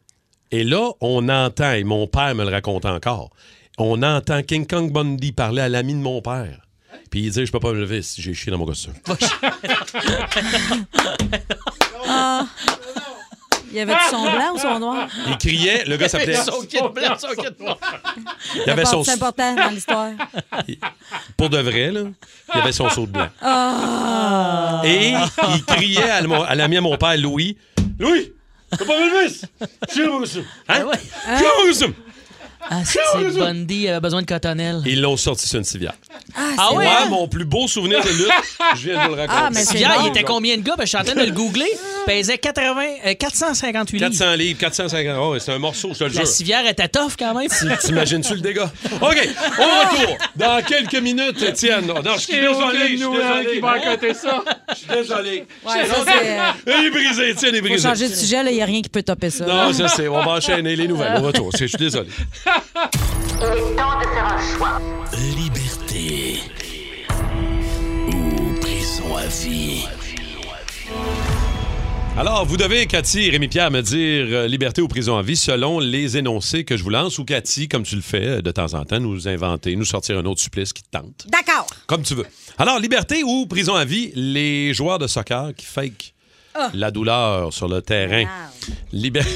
Speaker 3: et là, on entend, et mon père me le raconte encore, on entend King Kong Bundy parler à l'ami de mon père. Puis il dit Je peux pas me lever si j'ai chié dans mon costume.
Speaker 4: Il y avait du son blanc ou son noir?
Speaker 3: Il criait, le gars s'appelait.
Speaker 9: Son kit blanc, son kit blanc.
Speaker 3: Il avait son.
Speaker 4: C'est important dans l'histoire.
Speaker 3: Pour de vrai, là, il avait son saut de blanc. Et il criait à mon- à l'ami à mon père, Louis Louis, je peux pas me lever si j'ai chié dans mon costume. Hein?
Speaker 9: ouais.
Speaker 3: Chié dans mon costume.
Speaker 9: Ah, c'est Bundy, il
Speaker 10: euh,
Speaker 9: avait besoin de cotonnelle.
Speaker 3: Ils l'ont sorti sur une civière.
Speaker 9: Ah ouais?
Speaker 3: Moi,
Speaker 9: hein?
Speaker 3: mon plus beau souvenir de lutte, je viens de vous le raconter.
Speaker 4: Ah, mais c'est
Speaker 9: Hier,
Speaker 4: bon.
Speaker 9: il était combien de gars? Ben, je suis en train de le googler. Il pesait 80, euh, 458 livres.
Speaker 3: 400 livres, 450. Oh, c'est un morceau, je te le
Speaker 9: La
Speaker 3: jure.
Speaker 9: civière était tough quand même.
Speaker 3: T'imagines-tu le dégât? OK, on
Speaker 9: Ah.
Speaker 3: retourne. Dans quelques minutes, Étienne. Non, non, je suis désolé. Je suis désolé. Hein?
Speaker 7: ça.
Speaker 3: Je suis désolé.
Speaker 4: Ouais, ça, c'est, euh,
Speaker 3: Il est brisé, Étienne, il est
Speaker 4: Faut
Speaker 3: brisé.
Speaker 4: changer de sujet, là, il n'y a rien qui peut topper ça.
Speaker 3: Non, je sais, on va enchaîner les nouvelles.
Speaker 4: Euh.
Speaker 3: Au retour, c'est- je suis désolé.
Speaker 7: Liberté. Ou prison à vie.
Speaker 3: Alors, vous devez, Cathy et Rémi-Pierre, me dire euh, liberté ou prison à vie selon les énoncés que je vous lance ou Cathy, comme tu le fais euh, de temps en temps, nous inventer, nous sortir un autre supplice qui te tente.
Speaker 4: D'accord.
Speaker 3: Comme tu veux. Alors, liberté ou prison à vie, les
Speaker 4: Ah.
Speaker 3: joueurs de soccer qui fake la douleur sur le terrain. Liberté.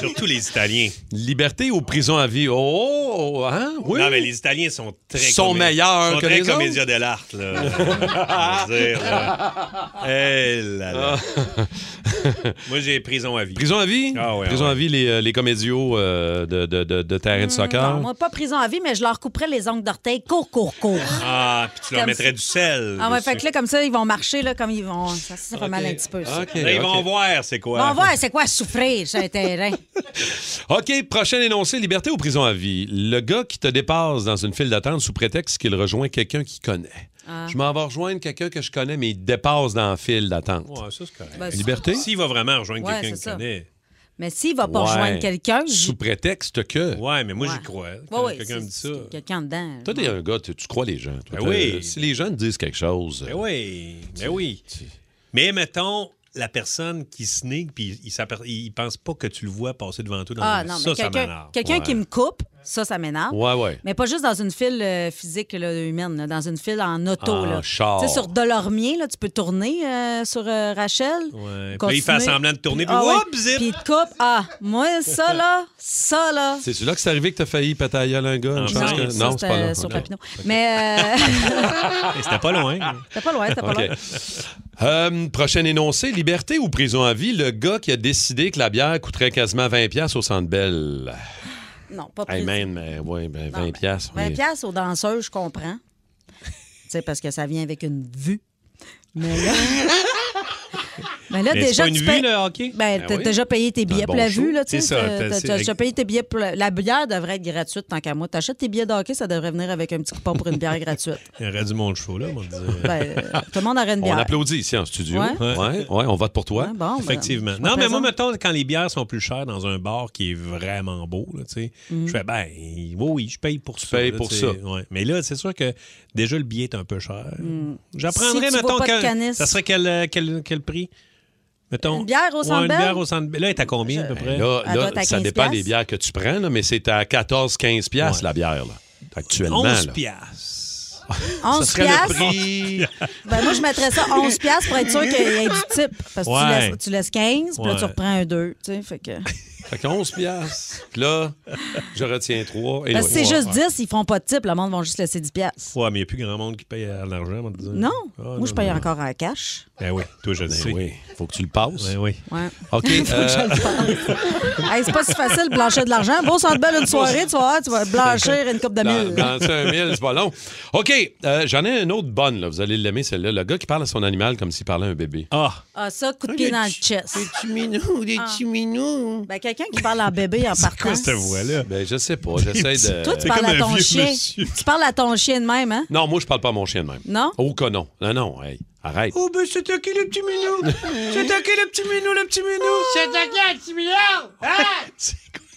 Speaker 5: Surtout les Italiens.
Speaker 3: [laughs] Liberté ou prison à vie? Oh, hein? Oui.
Speaker 5: Non, mais les Italiens sont très
Speaker 3: Sont meilleurs
Speaker 5: sont
Speaker 3: que
Speaker 5: très
Speaker 3: les autres.
Speaker 5: comédiens de l'art, là. Je veux dire, là.
Speaker 3: [laughs]
Speaker 5: Eh là là.
Speaker 3: Ah.
Speaker 5: Moi, j'ai prison à vie.
Speaker 3: Prison à vie?
Speaker 5: Ah ouais,
Speaker 3: prison
Speaker 5: ouais.
Speaker 3: à vie, les, euh, les comédios euh, de, de, de, de terrain de soccer.
Speaker 4: Hmm, Non, moi, pas prison à vie, mais je leur couperais les ongles d'orteil. Cours, cours, cours.
Speaker 5: Ah, puis tu leur
Speaker 4: Comme
Speaker 5: mettrais du sel.
Speaker 4: Ah ouais,
Speaker 5: dessus.
Speaker 4: fait que là, comme ça, ils vont marcher, là, comme ils vont. Ça, ça fait mal un petit peu, ça.
Speaker 3: OK,
Speaker 5: Là, ils vont
Speaker 3: OK.
Speaker 5: voir, c'est quoi.
Speaker 4: Bon, on va, c'est quoi souffrir sur un terrain?
Speaker 3: OK, prochain énoncé, liberté ou prison à vie. Le gars qui te dépasse dans une file d'attente sous prétexte qu'il rejoint quelqu'un qu'il connaît.
Speaker 4: Ah.
Speaker 3: Je m'en vais rejoindre quelqu'un que je connais, mais il te dépasse dans la file d'attente.
Speaker 5: Ouais, ça, c'est correct.
Speaker 4: Ben,
Speaker 3: Liberté?
Speaker 5: S'il va vraiment rejoindre
Speaker 4: Ouais,
Speaker 5: quelqu'un
Speaker 4: c'est
Speaker 5: qu'il
Speaker 4: ça.
Speaker 5: connaît.
Speaker 4: Mais s'il va pas
Speaker 3: Ouais.
Speaker 4: rejoindre quelqu'un, je-
Speaker 3: Sous prétexte que...
Speaker 5: Ouais, mais moi,
Speaker 4: Ouais.
Speaker 5: j'y crois.
Speaker 4: Ouais,
Speaker 5: Quand
Speaker 4: ouais, c'est-
Speaker 5: quelqu'un me dit ça.
Speaker 4: c'est Quelqu'un dedans.
Speaker 3: Toi, t'es un gars, tu tu crois les gens. Toi,
Speaker 5: Ben
Speaker 3: t'as-
Speaker 5: oui.
Speaker 3: Si les gens te disent quelque chose...
Speaker 5: Ben oui, ben oui. Mais mettons la personne qui sneak puis il, s'aperço- il pense pas que tu le vois passer devant toi dans
Speaker 4: Ah
Speaker 5: la rue.
Speaker 4: non, mais
Speaker 5: ça, ça
Speaker 4: quelqu'un
Speaker 5: m'énerve.
Speaker 4: quelqu'un
Speaker 3: Ouais.
Speaker 4: qui me coupe, ça, ça m'énerve.
Speaker 3: Ouais, ouais.
Speaker 4: Mais pas juste dans une file euh, physique là, humaine, là, dans une file en auto.
Speaker 3: En
Speaker 4: là.
Speaker 3: char.
Speaker 4: Tu sais, sur Delormier, là, tu peux tourner euh, sur euh, Rachel.
Speaker 5: Ouais. Puis là,
Speaker 4: Continuer.
Speaker 5: il fait semblant de tourner, puis
Speaker 4: Ah ouais.
Speaker 5: oups, zip!
Speaker 4: Puis il te coupe. Ah, moi, ça là, ça là.
Speaker 3: C'est celui-là que c'est arrivé que t'as failli péter à la gueule, un gars?
Speaker 5: Non,
Speaker 3: je pense
Speaker 5: non,
Speaker 3: que...
Speaker 4: ça,
Speaker 3: non c'est
Speaker 4: c'était
Speaker 3: pas là.
Speaker 4: sur
Speaker 3: OK.
Speaker 4: Papineau. Mais euh, [laughs]
Speaker 5: Mais C'était pas loin.
Speaker 4: t'es pas loin, t'es pas
Speaker 3: OK.
Speaker 4: loin.
Speaker 3: [laughs] Euh, prochain énoncé, liberté ou prison à vie, le gars qui a décidé que la bière coûterait quasiment 20$ piastres au Centre Bell.
Speaker 4: Non, pas plus.
Speaker 3: Hey man, mais ouais, ben,
Speaker 4: Non,
Speaker 3: 20$.
Speaker 4: mais
Speaker 3: piastres, oui.
Speaker 4: 20 piastres aux danseurs, je comprends. tu sais, parce que ça vient avec une vue. Mais là... [laughs] Mais là,
Speaker 5: Mais c'est
Speaker 4: déjà,
Speaker 5: pas une
Speaker 4: tu
Speaker 5: vue,
Speaker 4: payes-
Speaker 5: le hockey?
Speaker 4: Ben,
Speaker 3: Ben
Speaker 4: t'as
Speaker 3: oui.
Speaker 4: déjà payé tes billets
Speaker 3: bon
Speaker 4: pour la
Speaker 3: show.
Speaker 4: vue, là,
Speaker 5: C'est
Speaker 4: tu sais.
Speaker 5: ça,
Speaker 4: t'as-
Speaker 5: t'as-
Speaker 4: t'as-
Speaker 5: c'est-
Speaker 4: T'as déjà payé tes billets pour la... la bière devrait être gratuite, tant qu'à moi. T'achètes tes billets de hockey, ça devrait venir avec un petit coupon pour une bière
Speaker 5: [laughs]
Speaker 4: gratuite.
Speaker 5: Il aurait du monde chaud, là, on va dire.
Speaker 4: Ben, euh, tout le monde aurait une
Speaker 3: On
Speaker 4: bière.
Speaker 3: applaudit ici en studio.
Speaker 4: Ouais.
Speaker 3: Ouais. ouais, on vote pour toi.
Speaker 4: Hein, bon, ben,
Speaker 5: Effectivement.
Speaker 4: je me
Speaker 5: non, mais moi,
Speaker 4: présente.
Speaker 5: mettons, quand les bières sont plus chères dans un bar qui est vraiment beau, là, tu sais, je fais, ben, oui, oui, je paye pour ça.
Speaker 3: payes
Speaker 5: là,
Speaker 3: pour
Speaker 5: tu
Speaker 3: ça.
Speaker 5: sais. Ouais. Mais là, c'est sûr que déjà, le billet est un peu cher. J'apprendrais,
Speaker 4: Hmm. Si tu
Speaker 5: mettons,
Speaker 4: vois pas de
Speaker 5: que-
Speaker 4: canis.
Speaker 5: ça serait quel, euh, quel, quel prix? Mettons,
Speaker 4: Une bière au
Speaker 5: Ouais,
Speaker 4: Centre
Speaker 5: Une
Speaker 4: Bell?
Speaker 5: bière au centre Bell. Là, elle est à combien, à peu près?
Speaker 3: Ben Là,
Speaker 4: Elle
Speaker 3: là,
Speaker 4: doit être à
Speaker 3: ça
Speaker 4: 15
Speaker 3: dépend des
Speaker 4: piastres.
Speaker 3: bières que tu prends, là, mais c'est à 14-15$ piastres, la bière, là, actuellement.
Speaker 5: 11
Speaker 3: là.
Speaker 5: piastres.
Speaker 4: 11 piastres.
Speaker 5: prix. [laughs]
Speaker 4: Ben, moi, je mettrais ça 11 piastres pour être sûr qu'il y ait du type. Parce que tu
Speaker 5: Ouais.
Speaker 4: laisses- tu, laisses, 15, puis là, tu
Speaker 5: Ouais.
Speaker 4: reprends un 2, tu sais, fait
Speaker 5: [laughs]
Speaker 4: que...
Speaker 3: Fait que 11 piastres. Puis Là, je retiens 3. Et
Speaker 4: Parce que c'est
Speaker 3: ouais.
Speaker 4: juste 10, ils font pas de type. Le monde va juste laisser 10 piastres.
Speaker 5: Ouais, mais il n'y a plus grand monde qui paye à l'argent, on va dire.
Speaker 4: Non.
Speaker 5: Ah,
Speaker 4: Moi,
Speaker 5: non,
Speaker 4: je paye
Speaker 5: non.
Speaker 4: encore en cash.
Speaker 5: Ben oui, toi, je le sais.
Speaker 3: Ben oui, faut que tu le passes.
Speaker 5: Ben oui.
Speaker 4: Ouais. [laughs]
Speaker 3: OK. euh,
Speaker 4: Hey, c'est pas si facile de blanchir de l'argent. Beau centre belle une soirée, tu vas voir, tu vas blanchir une coupe de
Speaker 3: Dans,
Speaker 4: mille.
Speaker 3: dans un mille, c'est pas long. OK, euh, j'en ai une autre bonne, là. vous allez l'aimer, celle-là. Le gars qui parle à son animal comme s'il parlait à un bébé.
Speaker 5: Ah,
Speaker 4: Ah, ça, coup de pied dans le chest. Ah.
Speaker 3: tu minou, des petits minous.
Speaker 4: Ben, quelqu'un qui parle en bébé en partant.
Speaker 5: cette voix-là.
Speaker 3: Ben, je sais pas, j'essaie de.
Speaker 4: Toi, [laughs] tu
Speaker 5: C'est
Speaker 4: parles
Speaker 5: comme
Speaker 4: à
Speaker 5: un
Speaker 4: ton
Speaker 5: vieux
Speaker 4: chien.
Speaker 5: monsieur.
Speaker 4: Tu parles à ton chien de même, hein?
Speaker 3: Non, moi, je parle pas à mon chien de même.
Speaker 4: Non?
Speaker 3: Oh, que non. Non, non, hey, arrête.
Speaker 5: Oh, ben, c'est taqué le petit minou! c'est taqué le petit minou, le petit minou! C'est taqué le petit minou!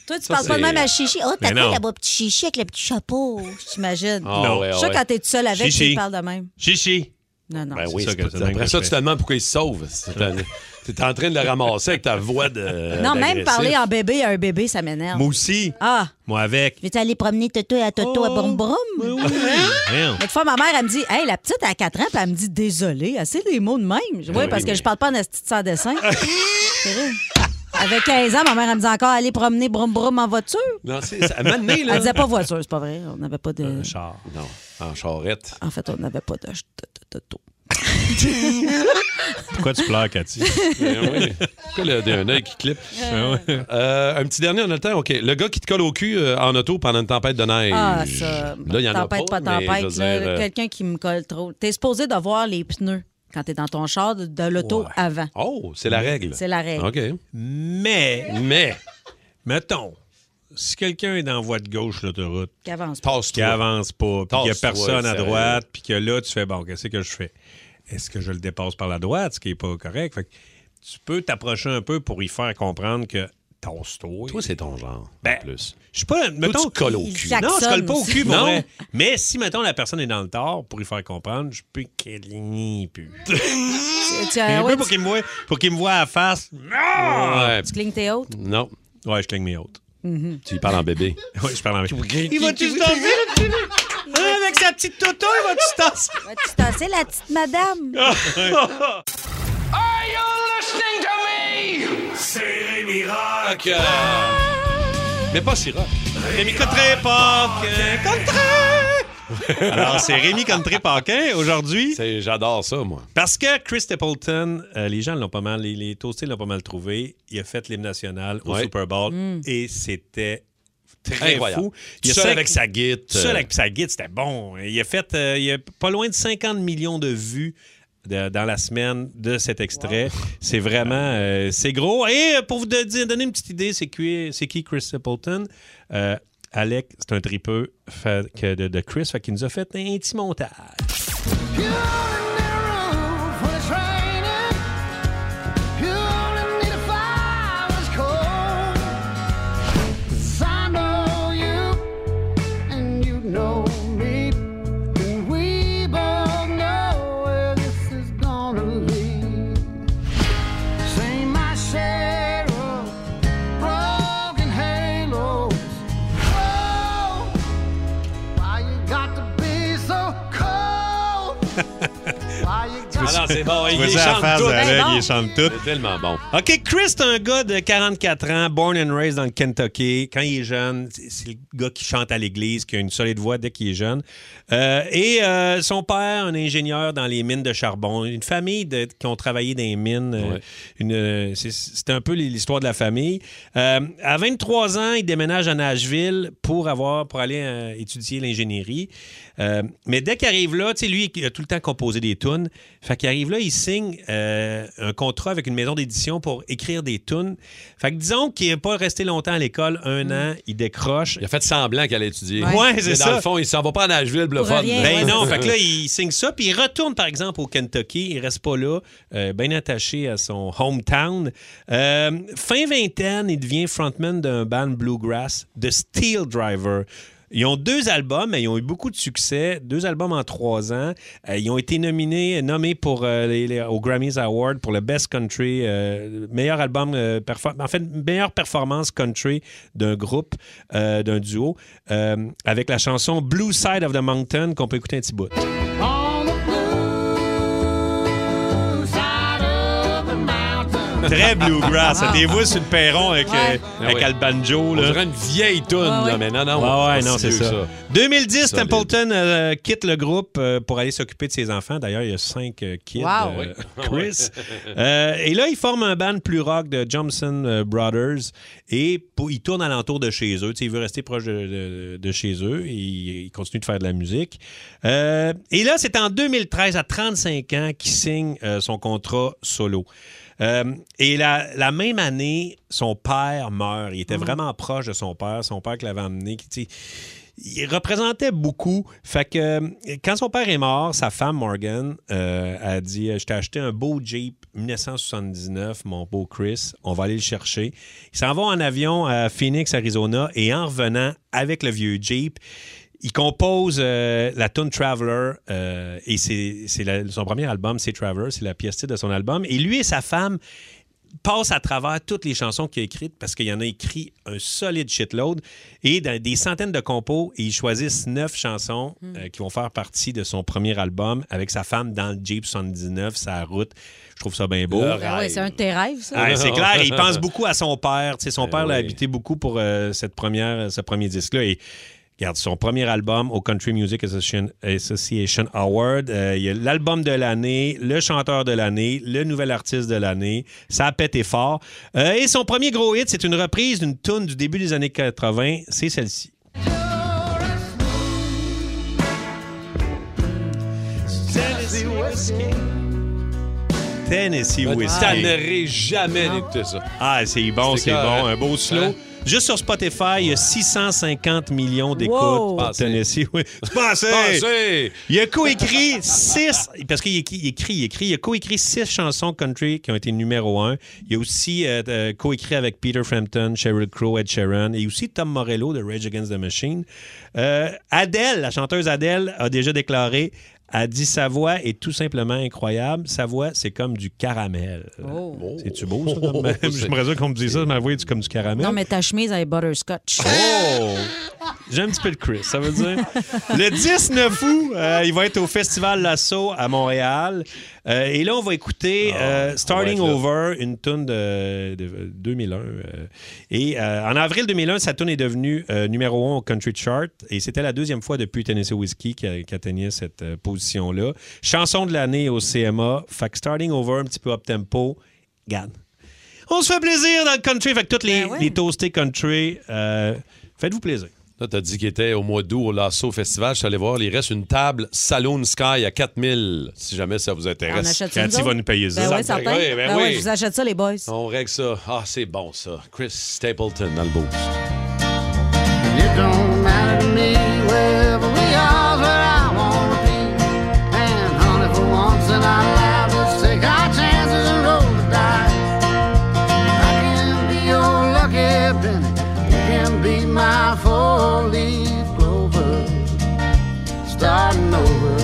Speaker 4: Toi, tu parles pas de
Speaker 3: c'est-
Speaker 4: même à Chichi. Oh, t'as
Speaker 5: Mais non.
Speaker 4: fait beau petit Chichi avec le petit chapeau, j'imagine.
Speaker 3: Ah,
Speaker 5: Non.
Speaker 3: ouais, ah,
Speaker 4: Je suis sûr
Speaker 3: ouais.
Speaker 4: quand t'es tout seul avec,
Speaker 5: Chichi.
Speaker 4: il parle de même.
Speaker 5: Chichi!
Speaker 4: Non, non.
Speaker 3: Ben
Speaker 5: C'est
Speaker 3: oui,
Speaker 5: ça
Speaker 3: c'est
Speaker 5: que-
Speaker 3: pas-
Speaker 5: c'est dingue
Speaker 3: après
Speaker 5: que
Speaker 3: ça,
Speaker 5: je
Speaker 3: tu te
Speaker 5: fais.
Speaker 3: demandes pourquoi il se sauve. C'est-
Speaker 5: [laughs]
Speaker 3: T'es en train de le ramasser avec ta voix de.
Speaker 4: non, même
Speaker 3: d'agressif.
Speaker 4: parler en bébé à un bébé, ça m'énerve.
Speaker 5: Moi aussi!
Speaker 4: Ah!
Speaker 5: Moi avec!
Speaker 4: Veux-tu aller promener Toto à Toto
Speaker 5: Oh.
Speaker 4: à Brum Brum?
Speaker 5: Ben Merde.
Speaker 4: L'autre fois, ma mère, elle me dit Hey, la petite elle a 4 ans, puis elle me dit Désolée, assez des mots de même. Je dis, Oui, parce que je parle pas en esti de sans dessin. C'est vrai. Avec 15 ans, ma mère, elle me dit encore Allez promener Brum Brum en voiture.
Speaker 3: Non, c'est. ça- à un moment donné, là.
Speaker 4: Elle disait pas voiture, c'est pas vrai. On n'avait pas de.
Speaker 5: Char.
Speaker 3: Non, en charrette.
Speaker 4: En fait, on n'avait pas de de- de- de- Toto.
Speaker 5: Pourquoi tu pleures, Cathy?
Speaker 3: Ben oui. Pourquoi le- il y a un œil qui clip? Euh, un petit dernier, on a le temps. OK. Le gars qui te colle au cul euh, en auto pendant une tempête de neige.
Speaker 4: Ah, ça.
Speaker 3: Là, il y en a
Speaker 4: tempête,
Speaker 3: pas,
Speaker 4: pas,
Speaker 3: mais je
Speaker 4: tempête.
Speaker 3: veux
Speaker 4: là,
Speaker 3: dire, euh,
Speaker 4: Quelqu'un qui me colle trop. T'es supposé de voir les pneus quand t'es dans ton char de, de l'auto
Speaker 5: Ouais.
Speaker 4: avant.
Speaker 3: Oh, c'est la règle.
Speaker 4: C'est la règle.
Speaker 3: OK.
Speaker 5: Mais,
Speaker 3: Mais,
Speaker 5: mettons, si quelqu'un est dans voie de gauche, l'autoroute,
Speaker 4: Qui avance pas.
Speaker 5: qui
Speaker 3: tasse-toi.
Speaker 5: avance pas, puis qu'il n'y a
Speaker 3: Tasse-toi,
Speaker 5: personne à
Speaker 3: sérieux.
Speaker 5: droite, puis que là, tu fais, bon, qu'est-ce que je fais? Est-ce que je le dépasse par la droite, ce qui n'est pas correct? Fait que tu peux t'approcher un peu pour y faire comprendre que tasse-toi.
Speaker 3: Toi, c'est ton genre,
Speaker 5: Ben,
Speaker 3: en plus.
Speaker 5: Je suis pas. Mettons,
Speaker 3: tu te colles au
Speaker 4: Il
Speaker 3: cul.
Speaker 4: jack-
Speaker 5: Non, je colle pas au
Speaker 4: Jackson
Speaker 5: cul, pour
Speaker 3: Non.
Speaker 5: vrai. Mais si, mettons, la personne est dans le tort, pour y faire comprendre, je peux cligner plus. [laughs]
Speaker 4: Tu, tu-
Speaker 5: Un peu
Speaker 4: ouais,
Speaker 5: pour
Speaker 4: tu,
Speaker 5: qu'il me voie, pour qu'il me voie à la face.
Speaker 3: Ouais.
Speaker 4: tu clignes tes
Speaker 5: Mm.
Speaker 4: hautes.
Speaker 3: Non,
Speaker 5: Ouais, je cligne mes autres. [laughs]
Speaker 3: tu y parles en bébé.
Speaker 5: Ouais, je parle en Il va-tu se tasser, le petit vieux? Hein, Avec sa petite toto, il va-tu se tasser?
Speaker 4: tu tasser la petite madame?
Speaker 2: C'est
Speaker 3: miracle. Mais pas si rock.
Speaker 5: [laughs] Rémi Cotré-Paquin. Cotré! Alors, c'est Rémi Cotré-Paquin aujourd'hui.
Speaker 3: C'est- J'adore ça, moi.
Speaker 5: Parce que Chris Stapleton, euh, les gens l'ont pas mal, les, les toastés l'ont pas mal trouvé. Il a fait l'hymne national au
Speaker 3: Ouais.
Speaker 5: Super Bowl et c'était très
Speaker 3: Incroyable.
Speaker 5: fou.
Speaker 3: Tout
Speaker 5: Il a
Speaker 3: seul
Speaker 5: cinq-
Speaker 3: avec sa euh. guide.
Speaker 5: tout seul avec sa guide, c'était bon. Il a fait euh, il a pas loin de 50 millions de vues de- dans la semaine de cet extrait. C'est vraiment euh, c'est gros. Et euh, pour vous de- dire- donner une petite idée, c'est qui, c'est qui Chris Stapleton? Euh, Alec, c'est un tripeux fait que de, de Chris, fait qu'il nous a fait un petit montage.
Speaker 3: Ah non, c'est bon.
Speaker 5: Tu
Speaker 3: Il
Speaker 5: vois
Speaker 3: les
Speaker 5: ça à la
Speaker 3: chante
Speaker 5: face
Speaker 3: toutes.
Speaker 5: d'Alec,
Speaker 4: Ben
Speaker 5: il chante tout.
Speaker 3: C'est tellement bon.
Speaker 5: OK, Chris, c'est un gars de 44 ans, born and raised dans le Kentucky. Quand il est jeune, c'est c'est le gars qui chante à l'église, qui a une solide voix dès qu'il est jeune. Euh, et euh, son père, un ingénieur dans les mines de charbon, une famille de- qui ont travaillé dans les mines. euh,
Speaker 3: Ouais.
Speaker 5: une, euh, c'est- c'est un peu l'histoire de la famille. Euh, à 23 ans, il déménage à Nashville pour, avoir, pour aller euh, étudier l'ingénierie. Euh, mais dès qu'il arrive là, tu sais, lui, il a tout le temps composé des tunes. Fait qu'il arrive là, il signe euh, un contrat avec une maison d'édition pour écrire des tunes. Fait que disons qu'il n'est pas resté longtemps à l'école, un an, il décroche.
Speaker 3: Mm. Il a fait semblant qu'elle allait étudier.
Speaker 5: Ouais,
Speaker 3: Mais
Speaker 5: c'est
Speaker 3: Dans
Speaker 5: ça.
Speaker 3: le fond, il s'en va pas à Nashville, le fun.
Speaker 4: rien,
Speaker 5: Ben
Speaker 4: Ouais,
Speaker 5: non, fait que là, il signe ça, puis il retourne, par exemple, au Kentucky. Il reste pas là, euh, bien attaché à son hometown. Euh, fin vingtaine, il devient frontman d'un band bluegrass, The Steel Driver. Ils ont deux albums, mais ils ont eu beaucoup de succès. Deux albums en trois ans. Euh, ils ont été nominés, nommés pour euh, les, les- aux Grammys Awards pour le Best Country, euh, meilleur album, euh, perfor- en fait, meilleure performance country d'un groupe, euh, d'un duo, euh, avec la chanson Blue Side of the Mountain qu'on peut écouter un petit bout. Très bluegrass. T'es vous sur le perron avec, euh, avec
Speaker 3: Ouais.
Speaker 5: Al Banjo.
Speaker 3: Ah On
Speaker 5: là.
Speaker 3: dirait Ben, une vieille toune, là, mais non, non.
Speaker 5: Ah ouais,
Speaker 3: pas
Speaker 5: non,
Speaker 3: si
Speaker 5: c'est
Speaker 3: vieux
Speaker 5: ça.
Speaker 3: que
Speaker 5: 2010,
Speaker 3: Solide.
Speaker 5: Templeton euh, quitte le groupe euh, pour aller s'occuper de ses enfants. D'ailleurs, il y a cinq euh, kids.
Speaker 4: Wow.
Speaker 5: euh, [laughs] Chris. Euh, et là, il forme un band plus rock de Johnson euh, Brothers et pour- il tourne alentour de chez eux. Tu sais, il veut rester proche de, de- de chez eux et il, il continue de faire de la musique. Euh, et là, c'est en 2013, à 35 ans, qu'il signe euh, son contrat solo. Euh, et la, la même année, son père meurt. Il était vraiment proche de son père, son père qui l'avait emmené. qui, tu sais, il représentait beaucoup. Fait que euh, quand son père est mort, sa femme Morgan euh, a dit Je t'ai acheté un beau Jeep 1979, mon beau Chris. On va aller le chercher. Ils s'en vont en avion à Phoenix, Arizona, et en revenant avec le vieux Jeep, il compose euh, la tune Traveler euh, et c'est c'est la- son premier album, c'est Traveler, c'est la pièce titre de son album. Et lui et sa femme passent à travers toutes les chansons qu'il a écrites parce qu'il y en a écrit un solide shitload et dans des centaines de compos et ils choisissent neuf chansons euh, qui vont faire partie de son premier album avec sa femme dans le Jeep 79, sa route. Je trouve ça bien beau.
Speaker 3: Le
Speaker 4: Ah ouais, c'est un de tes rêves, ça?
Speaker 5: Ah, c'est clair, il pense beaucoup à son père. Tu sais, son père l'a
Speaker 3: oui.
Speaker 5: habité beaucoup pour euh, cette première, ce premier disque-là. Et regarde, son premier album au Country Music Association, Association Award, euh, il y a l'album de l'année, le chanteur de l'année, le nouvel artiste de l'année. Ça a pété fort. Euh, et son premier gros hit, c'est une reprise d'une tune du début des années 80. C'est celle-ci. Tennessee Whiskey. Tennessee
Speaker 3: ça.
Speaker 5: Whiskey.
Speaker 3: Tannerai jamais d'écouter ça.
Speaker 5: Ah, c'est bon,
Speaker 3: C'est
Speaker 5: c'est
Speaker 3: correct.
Speaker 5: bon. Un beau slow.
Speaker 3: Hein?
Speaker 5: Juste sur Spotify, il y a 650 millions d'écoutes
Speaker 4: Wow.
Speaker 5: pour
Speaker 3: Pensez.
Speaker 5: Tennessee. [laughs] Oui. C'est passé.
Speaker 3: Pensez!
Speaker 5: Il a coécrit six. Parce qu'il écrit, il écrit, il écrit. Il a coécrit six chansons country qui ont été numéro un. Il a aussi euh, euh, coécrit avec Peter Frampton, Sheryl Crow, Ed Sheeran et aussi Tom Morello de Rage Against the Machine. Euh, Adele, la chanteuse Adele, a déjà déclaré. A dit sa voix est tout simplement incroyable. Sa voix, c'est comme du caramel.
Speaker 4: Oh.
Speaker 5: C'est-tu beau, ça? comme-
Speaker 3: c'est-
Speaker 5: J'aimerais ça qu'on me dise ça, ma voix est comme du caramel.
Speaker 4: Non, mais ta chemise, elle est butterscotch.
Speaker 5: Oh! J'ai un petit peu de Chris, ça veut dire. Le 19 août, euh, il va être au Festival Lasso à Montréal. Euh, et là, on va écouter euh, Starting
Speaker 3: Ah, on va être
Speaker 5: Over, une tune de, de 2001. euh, et euh, en avril 2001, sa tune est devenue euh, numéro 1 au Country Chart. Et c'était la deuxième fois depuis Tennessee Whiskey qu'a- qu'atteignait cette euh, position-là. Chanson de l'année au CMA. Fait que Starting Over, un petit peu up-tempo. Gagne. On se fait plaisir dans le country. Fait que toutes
Speaker 4: Ben
Speaker 5: les, les toastés country, euh, faites-vous plaisir.
Speaker 3: Là, t'as dit qu'il était au mois d'août au Lasso Festival. Je suis allé voir, il reste une table Saloon Sky à 4000, si jamais ça vous intéresse.
Speaker 4: On achète ça,
Speaker 3: Cathy
Speaker 4: nous
Speaker 3: va
Speaker 4: autres?
Speaker 3: nous payer ça.
Speaker 4: Ben oui, certain.
Speaker 3: Oui, ben
Speaker 4: Ben
Speaker 3: oui.
Speaker 4: oui, je vous achète ça, les boys.
Speaker 3: On règle ça. Ah, c'est bon, ça. Chris Stapleton dans le boost.
Speaker 4: Hein?
Speaker 7: It don't matter to me wherever we are, where I wanna be. And honey, for once in our lives, let's take our chances and roll the dice. I can be your lucky penny, you can be my four-leaf clover, starting over.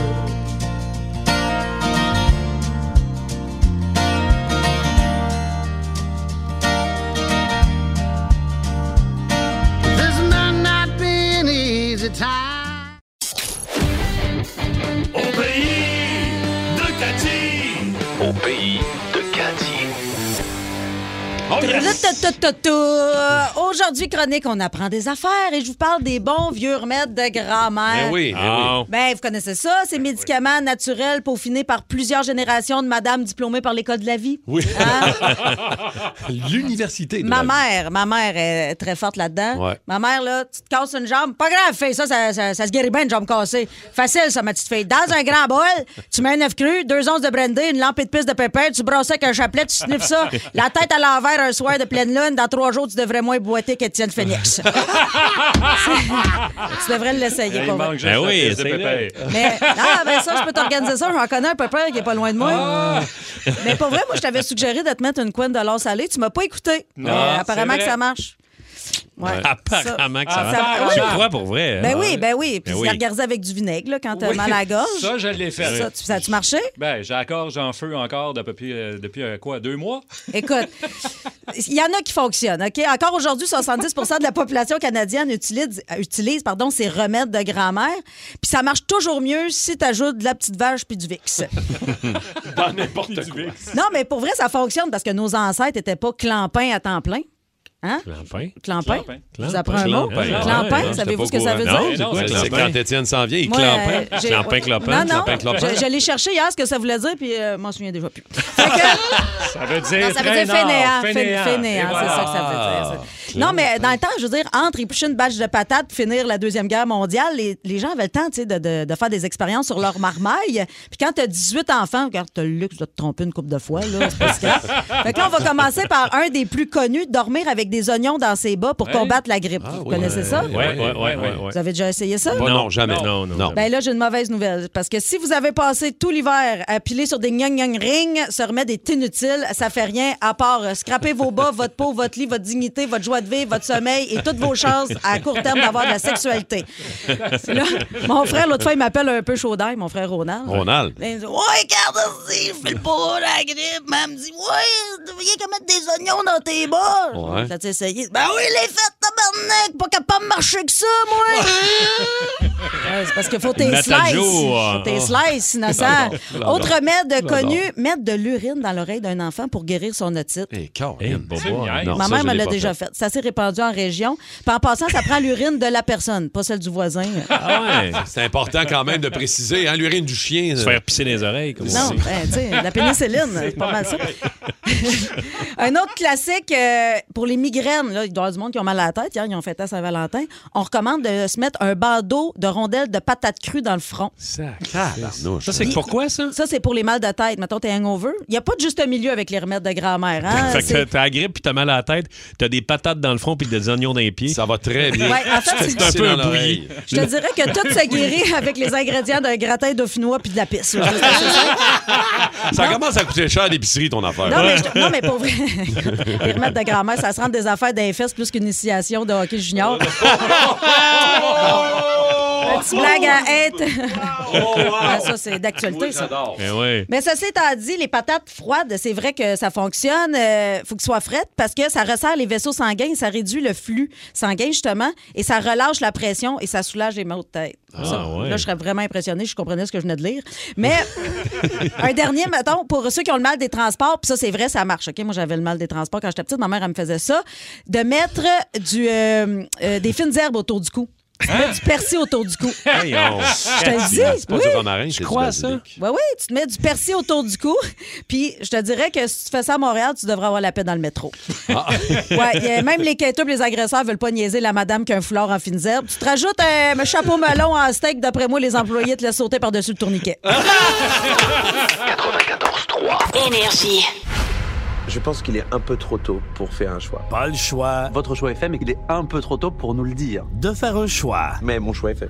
Speaker 7: This might not be an easy time.
Speaker 2: Au pays de Cathy. Au pays de Cathy. Oh yes!
Speaker 4: Tra-ta-ta-ta-ta. Aujourd'hui, chronique, on apprend des affaires et je vous parle des bons vieux remèdes de grand-mère.
Speaker 3: Ben oui, ben Ah. oui.
Speaker 4: Ben, vous connaissez ça, ces médicaments naturels peaufinés par plusieurs générations de madame diplômée par l'École de la vie. Hein?
Speaker 3: Oui. L'université. de
Speaker 4: Ma
Speaker 3: la-
Speaker 4: mère, ma mère est très forte là-dedans.
Speaker 3: Ouais.
Speaker 4: Ma mère, là, tu te casses une jambe, pas grave, fais ça, ça, ça- ça se guérit bien une jambe cassée. Facile, ça, ma petite fille. Dans un grand bol, tu mets un œuf cru, deux onces de brandy, une lampée de piste de pépère, tu brosses ça avec un chapelet, tu sniffes ça, la tête à l'envers un soir de pleine lune, dans trois jours, tu devrais moins boiter qu'Étienne Phoenix. [laughs] tu devrais l'essayer,
Speaker 11: Il
Speaker 4: pour
Speaker 11: manque
Speaker 4: vrai.
Speaker 11: juste la pièce de
Speaker 5: essaye-le.
Speaker 11: pépère.
Speaker 4: Mais ah, ben ça, je peux t'organiser ça. J'en connais un pépère qui est pas loin de moi.
Speaker 5: Ah!
Speaker 4: Mais pour vrai, moi, je t'avais suggéré de te mettre une couenne de l'or salé. Tu m'as pas écouté.
Speaker 5: Non,
Speaker 4: Euh, apparemment
Speaker 5: c'est
Speaker 4: que
Speaker 5: vrai.
Speaker 4: ça marche. Ouais,
Speaker 5: Apparemment que ça
Speaker 4: Ah,
Speaker 5: va.
Speaker 4: ça-
Speaker 5: Tu
Speaker 4: oui.
Speaker 5: crois pour vrai.
Speaker 4: Ben
Speaker 5: hein?
Speaker 4: oui, ben oui. Puis
Speaker 5: Ben
Speaker 4: tu
Speaker 5: oui.
Speaker 4: la regardais avec du vinaigre là, quand t'as
Speaker 11: Oui.
Speaker 4: mal à la gorge.
Speaker 11: Ça, je l'ai fait.
Speaker 4: Ça, tu- ça a-tu marché?
Speaker 11: Ben, j'ai la gorge en feu encore d'à peu près, euh, depuis, euh, quoi, deux mois?
Speaker 4: Écoute, il y en a qui fonctionnent, OK? Encore aujourd'hui, 70 de la population canadienne utilise, euh, utilise pardon, ces remèdes de grand-mère. Puis ça marche toujours mieux si tu ajoutes de la petite vache puis du Vicks.
Speaker 2: [laughs] Dans n'importe quoi.
Speaker 4: non, mais pour vrai, ça fonctionne parce que nos ancêtres n'étaient pas clampins à temps plein. Hein?
Speaker 5: Clampin.
Speaker 4: Clampin? Je vous apprends un mot?
Speaker 3: Clampin.
Speaker 4: Clampin,
Speaker 3: Ah, j'étais
Speaker 4: savez-vous
Speaker 3: pas
Speaker 4: ce que ça
Speaker 3: au
Speaker 4: veut
Speaker 3: courant.
Speaker 4: dire?
Speaker 3: Non, c'est quoi, c'est quand Étienne s'en vient, il
Speaker 4: Moi, euh,
Speaker 3: clampin.
Speaker 4: j'ai-
Speaker 3: Clampin, clampin,
Speaker 4: non, non,
Speaker 3: clampin, clampin.
Speaker 4: Je, je l'ai cherché hier ce que ça voulait dire, puis euh, m'en
Speaker 11: [laughs]
Speaker 4: souviens déjà plus.
Speaker 11: Ça veut
Speaker 4: Non,
Speaker 11: dire
Speaker 4: ça veut dire
Speaker 11: traînard,
Speaker 4: fainéant. fainé-
Speaker 11: fainéant.
Speaker 4: fainéant,
Speaker 11: Et
Speaker 4: c'est
Speaker 11: voilà.
Speaker 4: ça que ça veut dire. ça. Non, mais dans le temps, je veux dire, entre éplucher une bâche de patates puis finir la Deuxième Guerre mondiale, les, les gens avaient le temps tu sais, de, de- de faire des expériences sur leur marmaille. Puis quand tu as 18 enfants, regarde, tu as le luxe de te tromper une coupe de fois. Là, c'est pas si grave.
Speaker 11: [laughs]
Speaker 4: fait que là, on va commencer par un des plus connus, dormir avec des oignons dans ses bas pour
Speaker 11: Ouais. Ah
Speaker 4: combattre la grippe. Vous
Speaker 3: Ah oui.
Speaker 4: connaissez ça?
Speaker 5: Ouais, ouais, ouais, ouais, ouais.
Speaker 4: Vous avez déjà essayé ça?
Speaker 3: Bon, non, jamais.
Speaker 5: Non, non,
Speaker 4: Ben là, j'ai une mauvaise nouvelle. Parce que si vous avez passé tout l'hiver à piler sur des gnang gnang ring, ce remède est inutile. Ça fait rien à part euh, scraper vos bas, votre peau, votre lit, votre dignité, votre joie de vivre, votre sommeil et toutes vos chances à court terme d'avoir de la sexualité. Là, mon frère, l'autre fois, il m'appelle un peu chaud d'ail, mon frère Ronald.
Speaker 3: Ronald.
Speaker 4: Ben, il me dit, ouais, garde si je fais le pour la grippe. Mais elle me dit, ouais, tu viens qu'à mettre des oignons dans tes bas.
Speaker 3: Ouais.
Speaker 4: T'as-tu essayé? Ben oui, les fêtes, tabarnak, pas capable de marcher que ça, moi. Ouais, c'est parce qu'il faut tes
Speaker 5: Mettre à
Speaker 4: slices.
Speaker 5: jour.
Speaker 4: Faut tes
Speaker 5: Ah.
Speaker 4: slices, innocent.
Speaker 5: J'adore, j'adore.
Speaker 4: Autre remède
Speaker 5: J'adore.
Speaker 4: connu, mettre de l'urine dans l'oreille d'un enfant pour guérir son otite.
Speaker 3: Eh, car, Bobo,
Speaker 5: C'est bien.
Speaker 3: non,
Speaker 4: Ma
Speaker 3: ça,
Speaker 4: mère
Speaker 3: je
Speaker 4: me
Speaker 3: l'ai
Speaker 4: l'a
Speaker 3: pas
Speaker 4: déjà fait. Ça s'est répandu en région. Puis en passant, ça prend l'urine de la personne, pas celle du voisin.
Speaker 5: Ah
Speaker 4: [laughs]
Speaker 5: ouais.
Speaker 3: C'est important quand même de préciser, hein, l'urine du chien.
Speaker 5: Se faire pisser dans les oreilles. Comme on
Speaker 4: Non,
Speaker 5: dit.
Speaker 4: ben, tu sais, la
Speaker 5: [laughs]
Speaker 4: pénicilline, c'est pas mal ça. [laughs] Un autre classique euh, pour les migraines, là, il doit y avoir du monde qui ont mal à la tête. Hier, ils ont fêté à Saint-Valentin. On recommande de se mettre un bandeau de rondelles de patates crues dans le front.
Speaker 5: Ça, c'est pourquoi ça?
Speaker 4: Ça, c'est pour les mal de tête. Mettons, t'es hangover. Il n'y a pas de juste milieu avec les remèdes de grand-mère. hein?
Speaker 5: fait que
Speaker 4: C'est-
Speaker 5: t'as la grippe puis t'as mal à la tête, t'as des patates dans le front puis des oignons dans les pieds. Ça
Speaker 3: euh, va très
Speaker 4: bien. Ouais, en fait,
Speaker 5: c'est un
Speaker 4: c'est-
Speaker 5: peu
Speaker 3: dans
Speaker 5: un
Speaker 3: l'oreille.
Speaker 5: bouilli.
Speaker 4: Je te dirais que tout se guérit avec les ingrédients d'un gratin dauphinois puis de la pisse. là.
Speaker 3: Ça commence à coûter cher à l'épicerie, ton affaire.
Speaker 4: Non, mais, je- non, mais pour vrai, [laughs] les remèdes de grand-mère, ça se rend des affaires d'infestes plus qu'une initiation de hockey junior. Petite blague à être. Ah, ça, c'est d'actualité, ça.
Speaker 5: Ben oui.
Speaker 4: Mais ceci étant dit, les patates froides, c'est vrai que ça fonctionne. Il faut que soient frettes parce que ça resserre les vaisseaux sanguins, ça réduit le flux sanguin, justement, et ça relâche la pression et ça soulage les maux de tête.
Speaker 5: Ah,
Speaker 4: Ça,
Speaker 5: ouais.
Speaker 4: Là, je serais vraiment impressionnée, je comprenais ce que je venais de lire.
Speaker 5: [laughs]
Speaker 4: Mais un dernier, mettons, pour ceux qui ont le mal des transports, puis ça, c'est vrai, ça marche. OK? Moi, j'avais le mal des transports quand j'étais petite, ma mère, elle me faisait ça, de mettre du, euh, euh, des fines herbes autour du cou. Tu
Speaker 5: Hein?
Speaker 4: mets du persil autour
Speaker 5: [laughs]
Speaker 4: du cou.
Speaker 5: Hey, on-
Speaker 4: Je te le dis.
Speaker 5: C'est pas
Speaker 4: oui.
Speaker 5: du romarin, c'est du basilic.
Speaker 4: Oui, oui, tu te mets du persil autour du cou. [laughs] Puis je te dirais que si tu fais ça à Montréal, tu devrais avoir la paix dans le métro.
Speaker 3: Ah.
Speaker 4: [laughs] Ouais, il y a- même les quêtuples, les agresseurs veulent pas niaiser la madame qu'un foulard en fines herbes. Tu te rajoutes euh, un chapeau melon en steak. D'après moi, les employés te laissent sauter par-dessus le tourniquet.
Speaker 3: Ah.
Speaker 1: Énergie.
Speaker 12: Je pense qu'il est un peu trop tôt pour faire un choix. Pas le choix. Votre choix est fait, mais qu'il est un peu trop tôt pour nous le dire. De faire un choix. Mais mon choix est fait.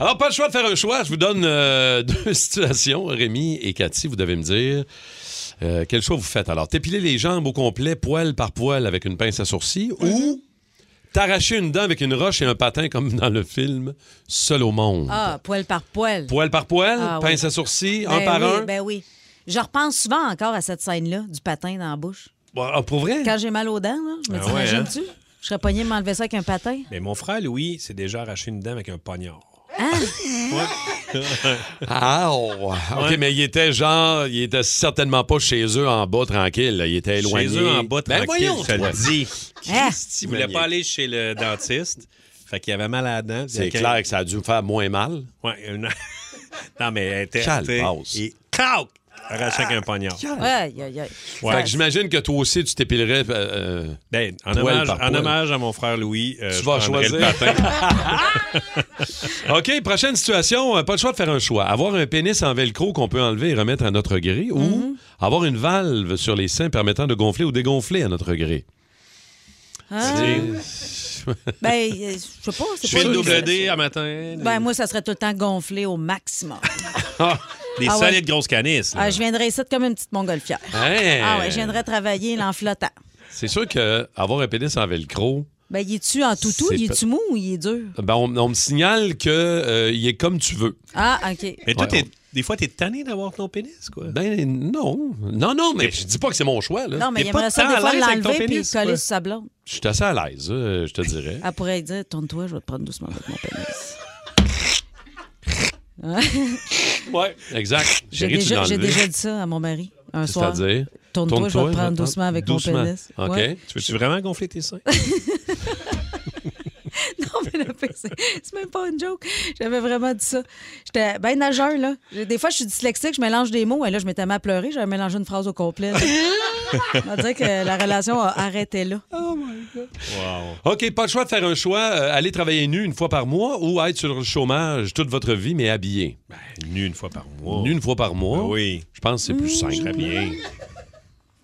Speaker 3: Alors, pas le choix de faire un choix. Je vous donne euh, [laughs] deux situations, Rémi et Cathy. Vous devez me dire euh, quel choix vous faites. Alors, t'épiler les jambes au complet, poil par poil, avec une pince à sourcils
Speaker 4: Mhm.
Speaker 3: ou t'arracher une dent avec une roche et un patin, comme [laughs] dans le film Seul au monde.
Speaker 4: Ah, poil par poil.
Speaker 3: Poil par poil,
Speaker 4: Ah, oui.
Speaker 3: pince à sourcils, un
Speaker 4: Ben
Speaker 3: par
Speaker 4: oui,
Speaker 3: un.
Speaker 4: Ben oui. Je repense souvent encore à cette scène-là, du patin dans la bouche.
Speaker 3: Ah, pour vrai?
Speaker 4: Quand j'ai mal aux dents, là, je me
Speaker 3: Ben
Speaker 5: Ah
Speaker 4: dis,
Speaker 5: ouais, hein?
Speaker 4: imagines-tu? Je serais pognée de m'enlever ça avec un patin.
Speaker 5: Mais mon frère, Louis, s'est déjà arraché une dent avec un poignard.
Speaker 4: Hein?
Speaker 3: Ah, oh. OK,
Speaker 5: Ouais.
Speaker 3: mais il était genre, il était certainement pas chez eux en bas tranquille. là. Il était éloigné.
Speaker 5: Chez eux, en bas,
Speaker 3: Ben
Speaker 5: tranquille,
Speaker 3: voyons,
Speaker 5: je te
Speaker 3: toi.
Speaker 5: le
Speaker 3: [laughs]
Speaker 5: dis.
Speaker 4: Hein?
Speaker 5: Christ, il voulait pas aller chez le dentiste. Fait qu'il avait mal à la dent.
Speaker 3: C'est clair que ça a dû me faire moins mal.
Speaker 5: Ouais, une- [laughs] non, mais elle était...
Speaker 3: Quelle
Speaker 5: t'sais,
Speaker 3: passe.
Speaker 5: Et clac! Arraché avec un poignard.
Speaker 4: Ouais, aïe, aïe, aïe.
Speaker 5: Ouais.
Speaker 3: Fait que j'imagine que toi aussi, tu t'épilerais. euh, euh,
Speaker 5: Ben, en,
Speaker 3: poil
Speaker 5: hommage,
Speaker 3: par
Speaker 5: en
Speaker 3: poil.
Speaker 5: hommage à mon frère Louis, euh,
Speaker 3: Tu
Speaker 5: je
Speaker 3: vas
Speaker 5: prendrais
Speaker 3: choisir.
Speaker 5: le patin.
Speaker 3: OK, prochaine situation. euh, Pas le choix de faire un choix. Avoir un pénis en velcro qu'on peut enlever et remettre à notre gré
Speaker 4: Mhm.
Speaker 3: ou avoir une valve sur les seins permettant de gonfler ou dégonfler à notre gré.
Speaker 4: Ah. [laughs] Ben, euh, je sais pas. c'est
Speaker 5: Je fais
Speaker 4: pas
Speaker 5: le
Speaker 4: une-
Speaker 5: double D à matin.
Speaker 4: Ben, moi, ça serait tout le temps gonflé au maximum.
Speaker 5: Ah, des
Speaker 4: Ah ouais.
Speaker 5: solides grosses canisses. là.
Speaker 4: Ah, je viendrais ici comme une petite montgolfière.
Speaker 3: Hey.
Speaker 4: Ah ouais, je viendrais travailler là, en flottant.
Speaker 3: Hein? C'est sûr que avoir un pénis en velcro,
Speaker 4: Ben, il est-tu en toutou?
Speaker 3: C'est
Speaker 4: Il
Speaker 3: peut-
Speaker 4: est-tu mou ou il est dur?
Speaker 3: ben, on, on me signale que euh, il est comme tu veux.
Speaker 4: Ah, OK.
Speaker 5: Mais toi,
Speaker 3: Ouais,
Speaker 5: t'es- des fois, t'es tanné d'avoir ton pénis, quoi.
Speaker 3: Ben non. Non, non, mais je dis pas que c'est mon choix. Là.
Speaker 4: Non, mais
Speaker 5: t'es
Speaker 4: il
Speaker 5: pas
Speaker 4: aimerait ça
Speaker 5: tant
Speaker 4: des
Speaker 5: à
Speaker 4: fois
Speaker 5: l'aise avec ton
Speaker 4: l'enlever puis
Speaker 5: pénis,
Speaker 4: coller
Speaker 5: quoi.
Speaker 4: sur sa blonde.
Speaker 3: Je suis assez à l'aise, euh, je te dirais.
Speaker 4: Elle pourrait dire, tourne-toi, je vais te prendre doucement avec mon pénis. Hein?
Speaker 3: Ouais. Exact.
Speaker 4: J'ai
Speaker 3: Chérie, tu l'as
Speaker 4: déjà, j'ai
Speaker 3: enlevé.
Speaker 4: déjà dit ça à mon mari un soir.
Speaker 3: C'est-à-dire?
Speaker 4: Tourne-toi, je vais te prendre doucement avec
Speaker 3: doucement.
Speaker 4: mon pénis.
Speaker 3: OK.
Speaker 4: Ouais.
Speaker 5: Tu veux-tu vraiment gonfler tes seins?
Speaker 4: [laughs] Non, mais le pire, c'est c'est même pas une joke. J'avais vraiment dit ça. J'étais bien nageur, là. J'ai- Des fois, je suis dyslexique, je mélange des mots. Et là, je m'étais mis à pleurer, j'avais mélangé une phrase au complet. [laughs] là. On dirait que la relation a arrêté là.
Speaker 3: OK, pas le choix de faire un choix. euh, aller travailler nu une fois par mois ou être sur le chômage toute votre vie, mais habillé.
Speaker 5: Nu une fois par mois.
Speaker 3: Nu une fois par mois.
Speaker 5: Ben oui.
Speaker 3: Je pense que c'est
Speaker 4: Hmm,
Speaker 3: plus simple.
Speaker 5: Très bien.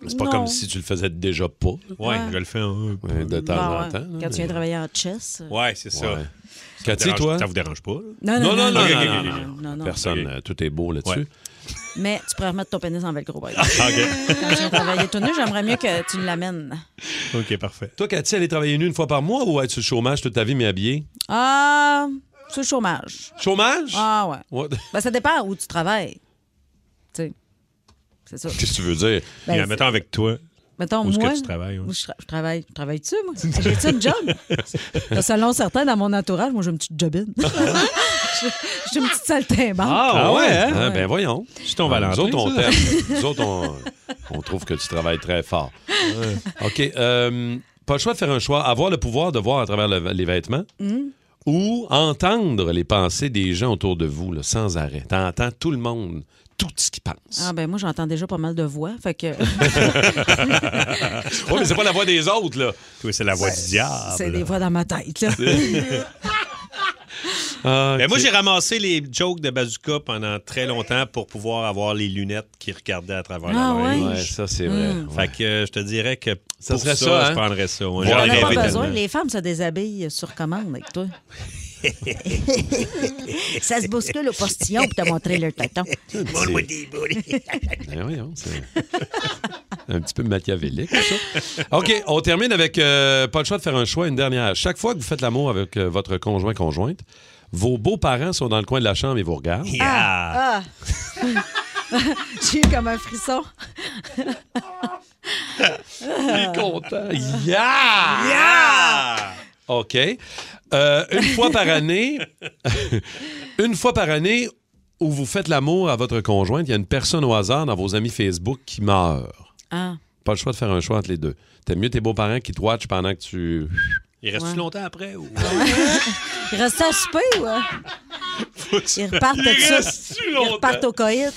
Speaker 3: C'est pas
Speaker 4: Non.
Speaker 3: comme si tu le faisais déjà pas. là,
Speaker 5: Ouais, je le fais un peu.
Speaker 3: De temps
Speaker 4: Hmm. Bon,
Speaker 3: en
Speaker 4: ouais.
Speaker 3: temps. là,
Speaker 4: Quand tu viens
Speaker 3: mais-
Speaker 4: travailler en chess. euh,
Speaker 5: Ouais, c'est ça.
Speaker 3: Ouais.
Speaker 5: Ça vous
Speaker 3: Cathy,
Speaker 5: dérange-
Speaker 3: toi?
Speaker 5: Ça vous dérange pas? là?
Speaker 4: Non,
Speaker 3: Non,
Speaker 4: non,
Speaker 3: non, non,
Speaker 5: Ok,
Speaker 3: non,
Speaker 5: ok,
Speaker 3: non,
Speaker 5: ok,
Speaker 3: non,
Speaker 4: ok. Non, non.
Speaker 3: Personne,
Speaker 5: Ok.
Speaker 3: euh, tout est beau là-dessus.
Speaker 5: Ah, Ouais.
Speaker 4: Mais tu pourrais remettre ton pénis en velcro. par exemple.
Speaker 5: Ah, OK. [laughs]
Speaker 4: Quand tu viens travailler tout nu, j'aimerais mieux que tu l'amènes.
Speaker 5: OK, parfait.
Speaker 3: Toi, Cathy, aller travailler nu une fois par mois ou être sur le chômage toute ta vie, mais habillé?
Speaker 4: Ah, c'est le chômage.
Speaker 3: Chômage?
Speaker 4: Ah, ouais.
Speaker 3: What?
Speaker 4: Ben, ça dépend où tu travailles. Tu sais. C'est ça.
Speaker 3: [laughs] Qu'est-ce que tu veux dire?
Speaker 5: Et
Speaker 4: Ben,
Speaker 5: en mettant avec toi.
Speaker 4: Mettons,
Speaker 5: Où est-ce que
Speaker 4: moi,
Speaker 5: tu travailles, ouais.
Speaker 4: où je, tra- je travaille. Je travaille-tu, moi? J'ai-tu une job?
Speaker 5: [laughs]
Speaker 4: Parce que Selon certains, dans mon entourage, moi, j'ai une petite jobine. J'ai- j'ai une petite saltimbanque.
Speaker 5: Ah ouais, hein?
Speaker 3: Ah, ben voyons.
Speaker 5: C'est ton
Speaker 3: Ah, nous
Speaker 5: Valentin.
Speaker 3: autres, on
Speaker 5: ça.
Speaker 3: t'aime. Nous autres, on, on trouve que tu travailles très fort. OK. euh, pas le choix de faire un choix. Avoir le pouvoir de voir à travers le- les vêtements ou entendre les pensées des gens autour de vous là, sans arrêt. T'entends tout le monde, tout ce qu'ils pensent.
Speaker 4: Ah, ben moi, j'entends déjà pas mal de voix. Fait que
Speaker 5: Ah,
Speaker 3: Oui, mais c'est pas la voix des autres, là.
Speaker 5: Toi, c'est la voix du
Speaker 4: c'est des
Speaker 5: diable.
Speaker 4: voix dans ma tête.
Speaker 5: [laughs]
Speaker 4: là.
Speaker 3: Ah,
Speaker 5: Mais Ben, moi,
Speaker 3: ok.
Speaker 5: j'ai ramassé les jokes de Bazooka pendant très longtemps pour pouvoir avoir les lunettes qui regardaient à travers
Speaker 4: Ah,
Speaker 5: la
Speaker 4: ouais.
Speaker 5: neige.
Speaker 3: Ouais, ça, c'est vrai. Ouais.
Speaker 5: Fait que euh, je te dirais que
Speaker 3: Ça
Speaker 5: pour
Speaker 3: serait
Speaker 5: ça,
Speaker 3: ça, hein?
Speaker 5: je prendrais ça. ouais.
Speaker 3: Ouais,
Speaker 5: J'en
Speaker 4: On n'a
Speaker 5: rêvais
Speaker 4: pas besoin.
Speaker 5: tellement. [laughs]
Speaker 4: Les femmes se déshabillent sur commande avec toi.
Speaker 13: Ça se bouscule au postillon pour te montrer leur tonton.
Speaker 3: Bonne Ben voyons, c'est [laughs] un petit peu machiavélique, ça. OK, on termine avec euh, pas le choix de faire un choix, une dernière. Chaque fois que vous faites l'amour avec euh, votre conjoint-conjointe, vos beaux-parents sont dans le coin de la chambre et vous regardent.
Speaker 4: Ah! ah. J'ai eu comme un frisson.
Speaker 3: Il est content. Yeah! OK. Euh, une fois par année, [laughs] une fois par année où vous faites l'amour à votre conjointe, il y a une personne au hasard dans vos amis Facebook qui meurt.
Speaker 4: Ah.
Speaker 3: Pas le choix de faire un choix entre les deux. T'aimes mieux tes beaux-parents qui te watchent pendant que tu.
Speaker 14: Il reste-tu longtemps après? Ou...
Speaker 4: Il reste à souper, ouais. Ils repartent
Speaker 3: Il
Speaker 4: de ça.
Speaker 3: reste-tu
Speaker 4: Ils
Speaker 3: longtemps?
Speaker 4: repartent au coït.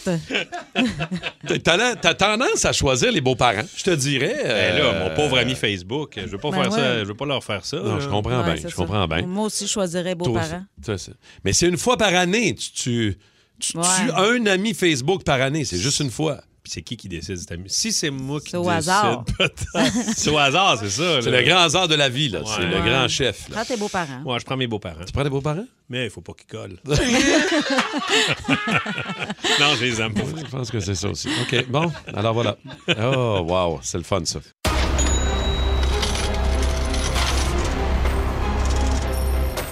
Speaker 3: T'as- T'as t'as tendance à choisir les beaux-parents, Eh je te dirais.
Speaker 14: Ben là,
Speaker 5: Euh,
Speaker 14: mon pauvre ami Facebook, je veux pas
Speaker 4: Ben
Speaker 14: faire
Speaker 4: ouais.
Speaker 14: ça, je veux pas leur faire ça.
Speaker 3: Non, je comprends
Speaker 4: Ouais,
Speaker 3: bien,
Speaker 4: c'est
Speaker 3: Ah ben, je
Speaker 4: ça.
Speaker 3: comprends bien.
Speaker 4: Moi aussi, je choisirais
Speaker 3: Toi
Speaker 4: beaux-parents.
Speaker 3: aussi. Ça, c'est- Mais c'est une fois par année. Tu, tu, tu
Speaker 4: Ouais.
Speaker 3: tues un ami Facebook par année. C'est juste une fois. Puis c'est qui qui décide? cet ami? Si c'est moi qui
Speaker 4: C'est au hasard.
Speaker 14: peut-être. c'est au hasard, c'est ça.
Speaker 3: C'est
Speaker 14: là.
Speaker 3: le grand hasard de la vie, là. C'est le
Speaker 14: Ouais.
Speaker 3: grand chef. là.
Speaker 4: Prends tes beaux-parents.
Speaker 14: Moi, je prends mes beaux-parents. Tu
Speaker 3: prends tes beaux-parents?
Speaker 14: Mais il faut pas qu'ils
Speaker 5: [laughs]
Speaker 14: collent. [laughs] non, je les aime pas. [laughs]
Speaker 3: Je pense que c'est ça aussi. OK, bon, alors voilà. Oh, wow, c'est le fun, ça.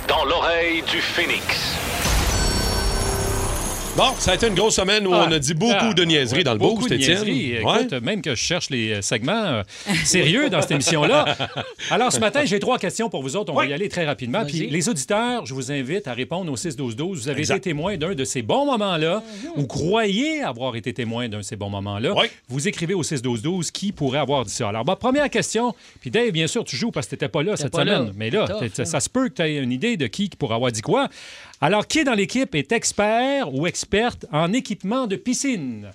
Speaker 15: Dans l'oreille du phénix.
Speaker 3: Bon, ça a été une grosse semaine où
Speaker 5: Ah.
Speaker 3: on a dit beaucoup
Speaker 5: Ah.
Speaker 3: de niaiseries
Speaker 5: Ouais,
Speaker 3: dans le
Speaker 5: beaucoup
Speaker 3: boost,
Speaker 5: de
Speaker 3: Étienne.
Speaker 5: niaiseries.
Speaker 3: Ouais.
Speaker 5: Écoute, même que je cherche les euh, segments euh, sérieux dans
Speaker 3: [laughs]
Speaker 5: cette émission-là. Alors, ce matin, j'ai trois questions pour vous autres. On va y aller très rapidement. Puis, les auditeurs, je vous invite à répondre au 6-12-12. Vous avez
Speaker 14: Exact.
Speaker 5: été témoin d'un de ces bons moments-là
Speaker 10: Ah,
Speaker 5: ou croyez avoir été témoin d'un de ces bons moments-là. Vous écrivez au 6-12-12 qui pourrait avoir dit ça. Alors, ma première question, puis Dave, bien sûr, tu joues parce que tu n'étais pas là
Speaker 10: T'étais
Speaker 5: cette
Speaker 10: pas là.
Speaker 5: semaine. Mais là,
Speaker 10: C'est tough,
Speaker 5: t'es-
Speaker 10: hein.
Speaker 5: ça se peut que tu aies une idée de qui pourrait avoir dit quoi. Alors, qui dans l'équipe est expert ou experte en équipement de piscine?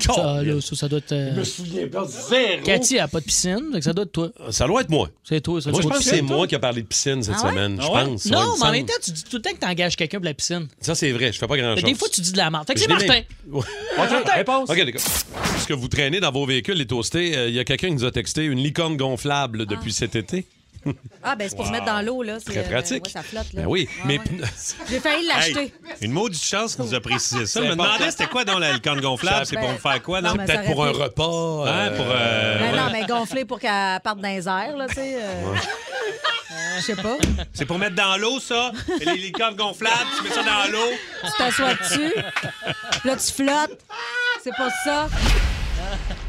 Speaker 10: Ça, là, ça, ça doit être. euh, Cathy, elle a pas de piscine, donc ça doit être toi.
Speaker 3: Ça doit être moi.
Speaker 10: C'est toi, ça
Speaker 3: Moi,
Speaker 10: doit
Speaker 3: je
Speaker 10: être
Speaker 3: pense que
Speaker 10: toi.
Speaker 3: c'est moi qui a parlé de piscine cette
Speaker 10: Ah ouais?
Speaker 3: semaine.
Speaker 10: Ah
Speaker 3: Je
Speaker 10: ouais?
Speaker 3: pense. ouais, il
Speaker 10: Non,
Speaker 3: me
Speaker 10: mais en
Speaker 3: semble.
Speaker 10: même temps, tu dis tout le temps que t'engages quelqu'un pour la piscine.
Speaker 3: Ça, c'est vrai. Je fais pas grand-chose.
Speaker 10: Des fois, tu dis de la merde. Fait que
Speaker 3: Je
Speaker 10: c'est
Speaker 3: l'ai
Speaker 10: Martin.
Speaker 3: même- Ouais.
Speaker 10: Martin. réponse.
Speaker 3: OK, d'accord. Ce que vous traînez dans vos véhicules, les toastés, euh, il y a quelqu'un qui nous a texté une licorne gonflable depuis cet été.
Speaker 4: Ah, ben c'est pour se
Speaker 3: Wow.
Speaker 4: mettre dans l'eau, là. c'est,
Speaker 3: Très
Speaker 4: euh,
Speaker 3: pratique.
Speaker 4: ouais, ça flotte, là.
Speaker 3: Ben oui,
Speaker 4: Ouais,
Speaker 3: mais
Speaker 4: ouais. J'ai failli l'acheter.
Speaker 14: une maudite chance qui nous a précisé ça.
Speaker 3: C'est
Speaker 14: Je me
Speaker 3: important.
Speaker 14: demandais c'était quoi dans la licorne gonflable, c'est pour me faire quoi?
Speaker 4: Non, mais ça aurait pu-
Speaker 3: repas.
Speaker 14: Ouais,
Speaker 3: [laughs]
Speaker 14: pour, euh,
Speaker 4: Ben
Speaker 14: voilà.
Speaker 4: non, mais gonfler pour qu'elle parte dans les airs, là, tu sais. euh,
Speaker 14: Ouais.
Speaker 4: euh, Je sais pas.
Speaker 14: C'est pour mettre dans l'eau,
Speaker 5: [laughs]
Speaker 14: ça. Et les licornes gonflables, tu mets ça dans l'eau.
Speaker 4: Tu t'assois dessus. puis Là, tu flottes. C'est pas ça.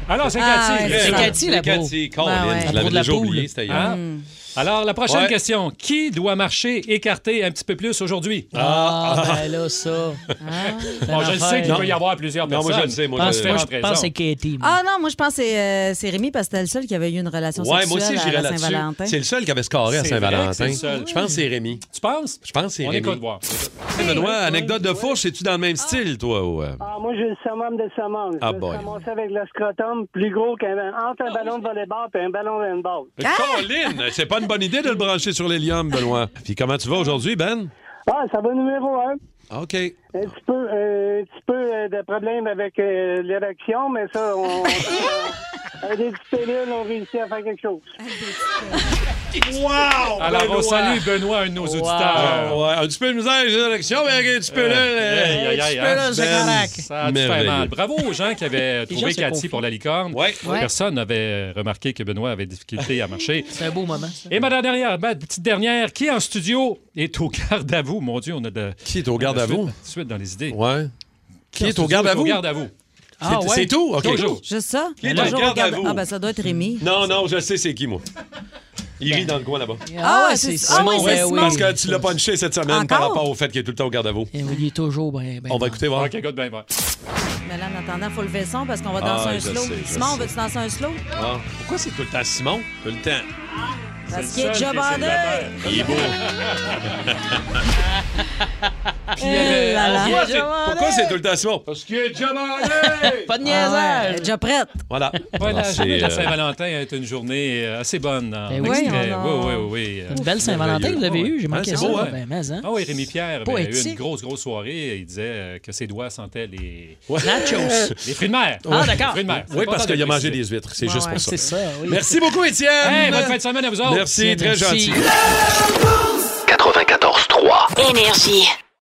Speaker 5: Alors, c'est
Speaker 4: Ah,
Speaker 5: Cathy.
Speaker 4: ouais, C'est ça. Ah,
Speaker 3: Cathy, la pro.
Speaker 5: Cathy,
Speaker 3: Ben
Speaker 5: Colin,
Speaker 3: ouais. La
Speaker 5: je l'avais
Speaker 3: pro de la
Speaker 5: déjà
Speaker 3: poule.
Speaker 5: oublié, c'était hier.
Speaker 3: Ah.
Speaker 5: Alors, la prochaine
Speaker 3: Ouais.
Speaker 5: question. Qui doit marcher écarté un petit peu plus aujourd'hui?
Speaker 10: Ah, ben là, ça.
Speaker 5: Bon, je le sais qu'il
Speaker 10: Non.
Speaker 5: peut y avoir plusieurs
Speaker 10: Non,
Speaker 5: personnes.
Speaker 10: moi, je le sais, moi, Pense- je- moi, je pense que c'est Katie.
Speaker 4: Ah non, moi, je pense que c'est, euh, c'est Rémi parce que c'était le seul qui avait eu une relation
Speaker 3: Ouais, moi
Speaker 4: sexuelle
Speaker 3: aussi,
Speaker 4: à
Speaker 3: j'irais
Speaker 4: la
Speaker 3: là-dessus.
Speaker 4: Saint-Valentin.
Speaker 3: C'est le seul qui avait scoré à
Speaker 5: C'est vrai que c'est
Speaker 3: Saint-Valentin.
Speaker 5: le seul.
Speaker 3: Je pense que c'est Rémi.
Speaker 5: Tu penses?
Speaker 3: Je pense que c'est
Speaker 5: On
Speaker 3: Rémi.
Speaker 5: écoute voir.
Speaker 3: Hey, Benoît, anecdote de fourche, es-tu dans le même style, toi? ou, euh?
Speaker 8: Ah, moi, j'ai le summum de summum.
Speaker 3: Ah,
Speaker 8: je me
Speaker 3: boy.
Speaker 8: suis ramassé avec le scrotum plus gros qu'un entre un ballon de volleyball et un ballon de handball.
Speaker 3: Colin, c'est pas une bonne idée de le brancher sur l'hélium, Benoît. Puis comment tu vas aujourd'hui, Ben?
Speaker 8: Ah, ça va numéro un.
Speaker 3: OK.
Speaker 8: Un petit peu, euh, un petit peu euh, de problème avec euh, l'érection, mais ça, on, on- avec des petites pilules, on réussit à faire quelque chose.
Speaker 14: Wow!
Speaker 5: Alors, on
Speaker 3: Benoît.
Speaker 5: salue Benoît, un de nos auditeurs.
Speaker 3: Ah, Ouais, un petit peu de misère, j'ai l'élection, mais avec un petit peu là. là,
Speaker 5: Aïe, aïe,
Speaker 3: un
Speaker 5: aïe,
Speaker 3: petit peu
Speaker 5: hein.
Speaker 4: Ah,
Speaker 3: là, c'est
Speaker 10: Ben,
Speaker 3: correct.
Speaker 5: Euh, Ça a dû faire
Speaker 3: Merveilleux.
Speaker 5: mal. Bravo aux gens qui avaient
Speaker 10: Les
Speaker 5: trouvé
Speaker 10: gens, c'est
Speaker 5: Cathy
Speaker 10: confus.
Speaker 5: pour la licorne.
Speaker 10: Ouais.
Speaker 5: Personne n'avait remarqué que Benoît avait difficulté à marcher.
Speaker 10: C'est un beau moment. ça.
Speaker 5: Et ma dernière, ma Ah, ben, petite dernière, qui en studio est au garde à vous? Mon Dieu, on a de.
Speaker 3: Qui est au garde
Speaker 5: de
Speaker 3: à vous?
Speaker 5: suite- de Suite dans les idées.
Speaker 3: Ouais. Qui
Speaker 5: en
Speaker 3: est au
Speaker 5: studio
Speaker 3: garde à vous?
Speaker 5: Au garde à vous.
Speaker 3: Ah C'est- ouais? c'est tout? OK.
Speaker 5: Toujours.
Speaker 4: Juste ça?
Speaker 3: Qui est
Speaker 4: Toujours
Speaker 3: au garde
Speaker 4: au garde-
Speaker 3: à vous?
Speaker 4: Ah, ben ça doit être Rémi.
Speaker 3: Non, non, je sais c'est qui, moi. Il rit dans le coin là-bas.
Speaker 4: Ah, ouais, c'est ça. Ah, oui, c'est Simon.
Speaker 3: Parce que Euh, tu l'as punché cette semaine par rapport au fait qu'il est tout le temps au garde à vous.
Speaker 10: Et oui, il est toujours bien.
Speaker 5: Oh,
Speaker 3: On va écouter voir.
Speaker 5: OK, écoute bien, va.
Speaker 4: Mais là, en attendant, faut lever le son parce qu'on va
Speaker 3: Ah,
Speaker 4: danser un
Speaker 3: je
Speaker 4: slow.
Speaker 3: sais, je
Speaker 4: Simon,
Speaker 3: sais.
Speaker 4: veux-tu danser un slow?
Speaker 3: Ah. Pourquoi c'est tout le temps Simon? Tout le temps.
Speaker 4: Parce
Speaker 3: C'est
Speaker 4: qu'il est
Speaker 3: le seul
Speaker 4: déjà
Speaker 3: qui est
Speaker 4: bandé.
Speaker 3: célibataire. Il est beau.
Speaker 4: [laughs] il y avait- Eh là là.
Speaker 3: Pourquoi c'est- Pourquoi c'est tout le temps
Speaker 5: Oh.
Speaker 3: Simon? Parce qu'il est déjà
Speaker 5: [laughs]
Speaker 4: Ah, ouais,
Speaker 10: Pas de niaisage.
Speaker 4: Déjà prête.
Speaker 3: Voilà.
Speaker 5: Ouais, la
Speaker 3: Alors,
Speaker 5: journée de la
Speaker 3: c'est, euh,
Speaker 5: Saint-Valentin est une journée euh, assez bonne. hein,
Speaker 10: Ben
Speaker 5: en
Speaker 10: oui,
Speaker 5: extrait.
Speaker 10: on
Speaker 5: oui, oui,
Speaker 10: a-
Speaker 5: oui.
Speaker 10: Une belle Saint-Valentin, vous avez eu, j'ai manqué
Speaker 5: c'est
Speaker 10: ça,
Speaker 5: beau, hein?
Speaker 10: ben, mais, hein.
Speaker 5: Ah oui, Rémi Pierre avait eu une
Speaker 10: Poétique.
Speaker 5: grosse, grosse soirée. Il disait euh, que ses doigts sentaient les.
Speaker 10: Nachos.
Speaker 5: [laughs] Les fruits de mer.
Speaker 10: Ah,
Speaker 5: Ouais.
Speaker 10: d'accord.
Speaker 5: Les fruits de mer. C'est
Speaker 3: euh, Oui, parce
Speaker 5: important
Speaker 3: qu'il a
Speaker 5: de
Speaker 3: mangé
Speaker 5: préciser.
Speaker 3: des huîtres. C'est
Speaker 5: Ouais,
Speaker 3: juste
Speaker 5: ouais.
Speaker 3: pour ça.
Speaker 10: C'est ça, oui.
Speaker 3: Merci beaucoup, Étienne.
Speaker 5: Hey, bonne fin de semaine à vous autres.
Speaker 3: Merci, très
Speaker 5: Merci.
Speaker 3: gentil.
Speaker 15: 94-3.
Speaker 1: Énergie.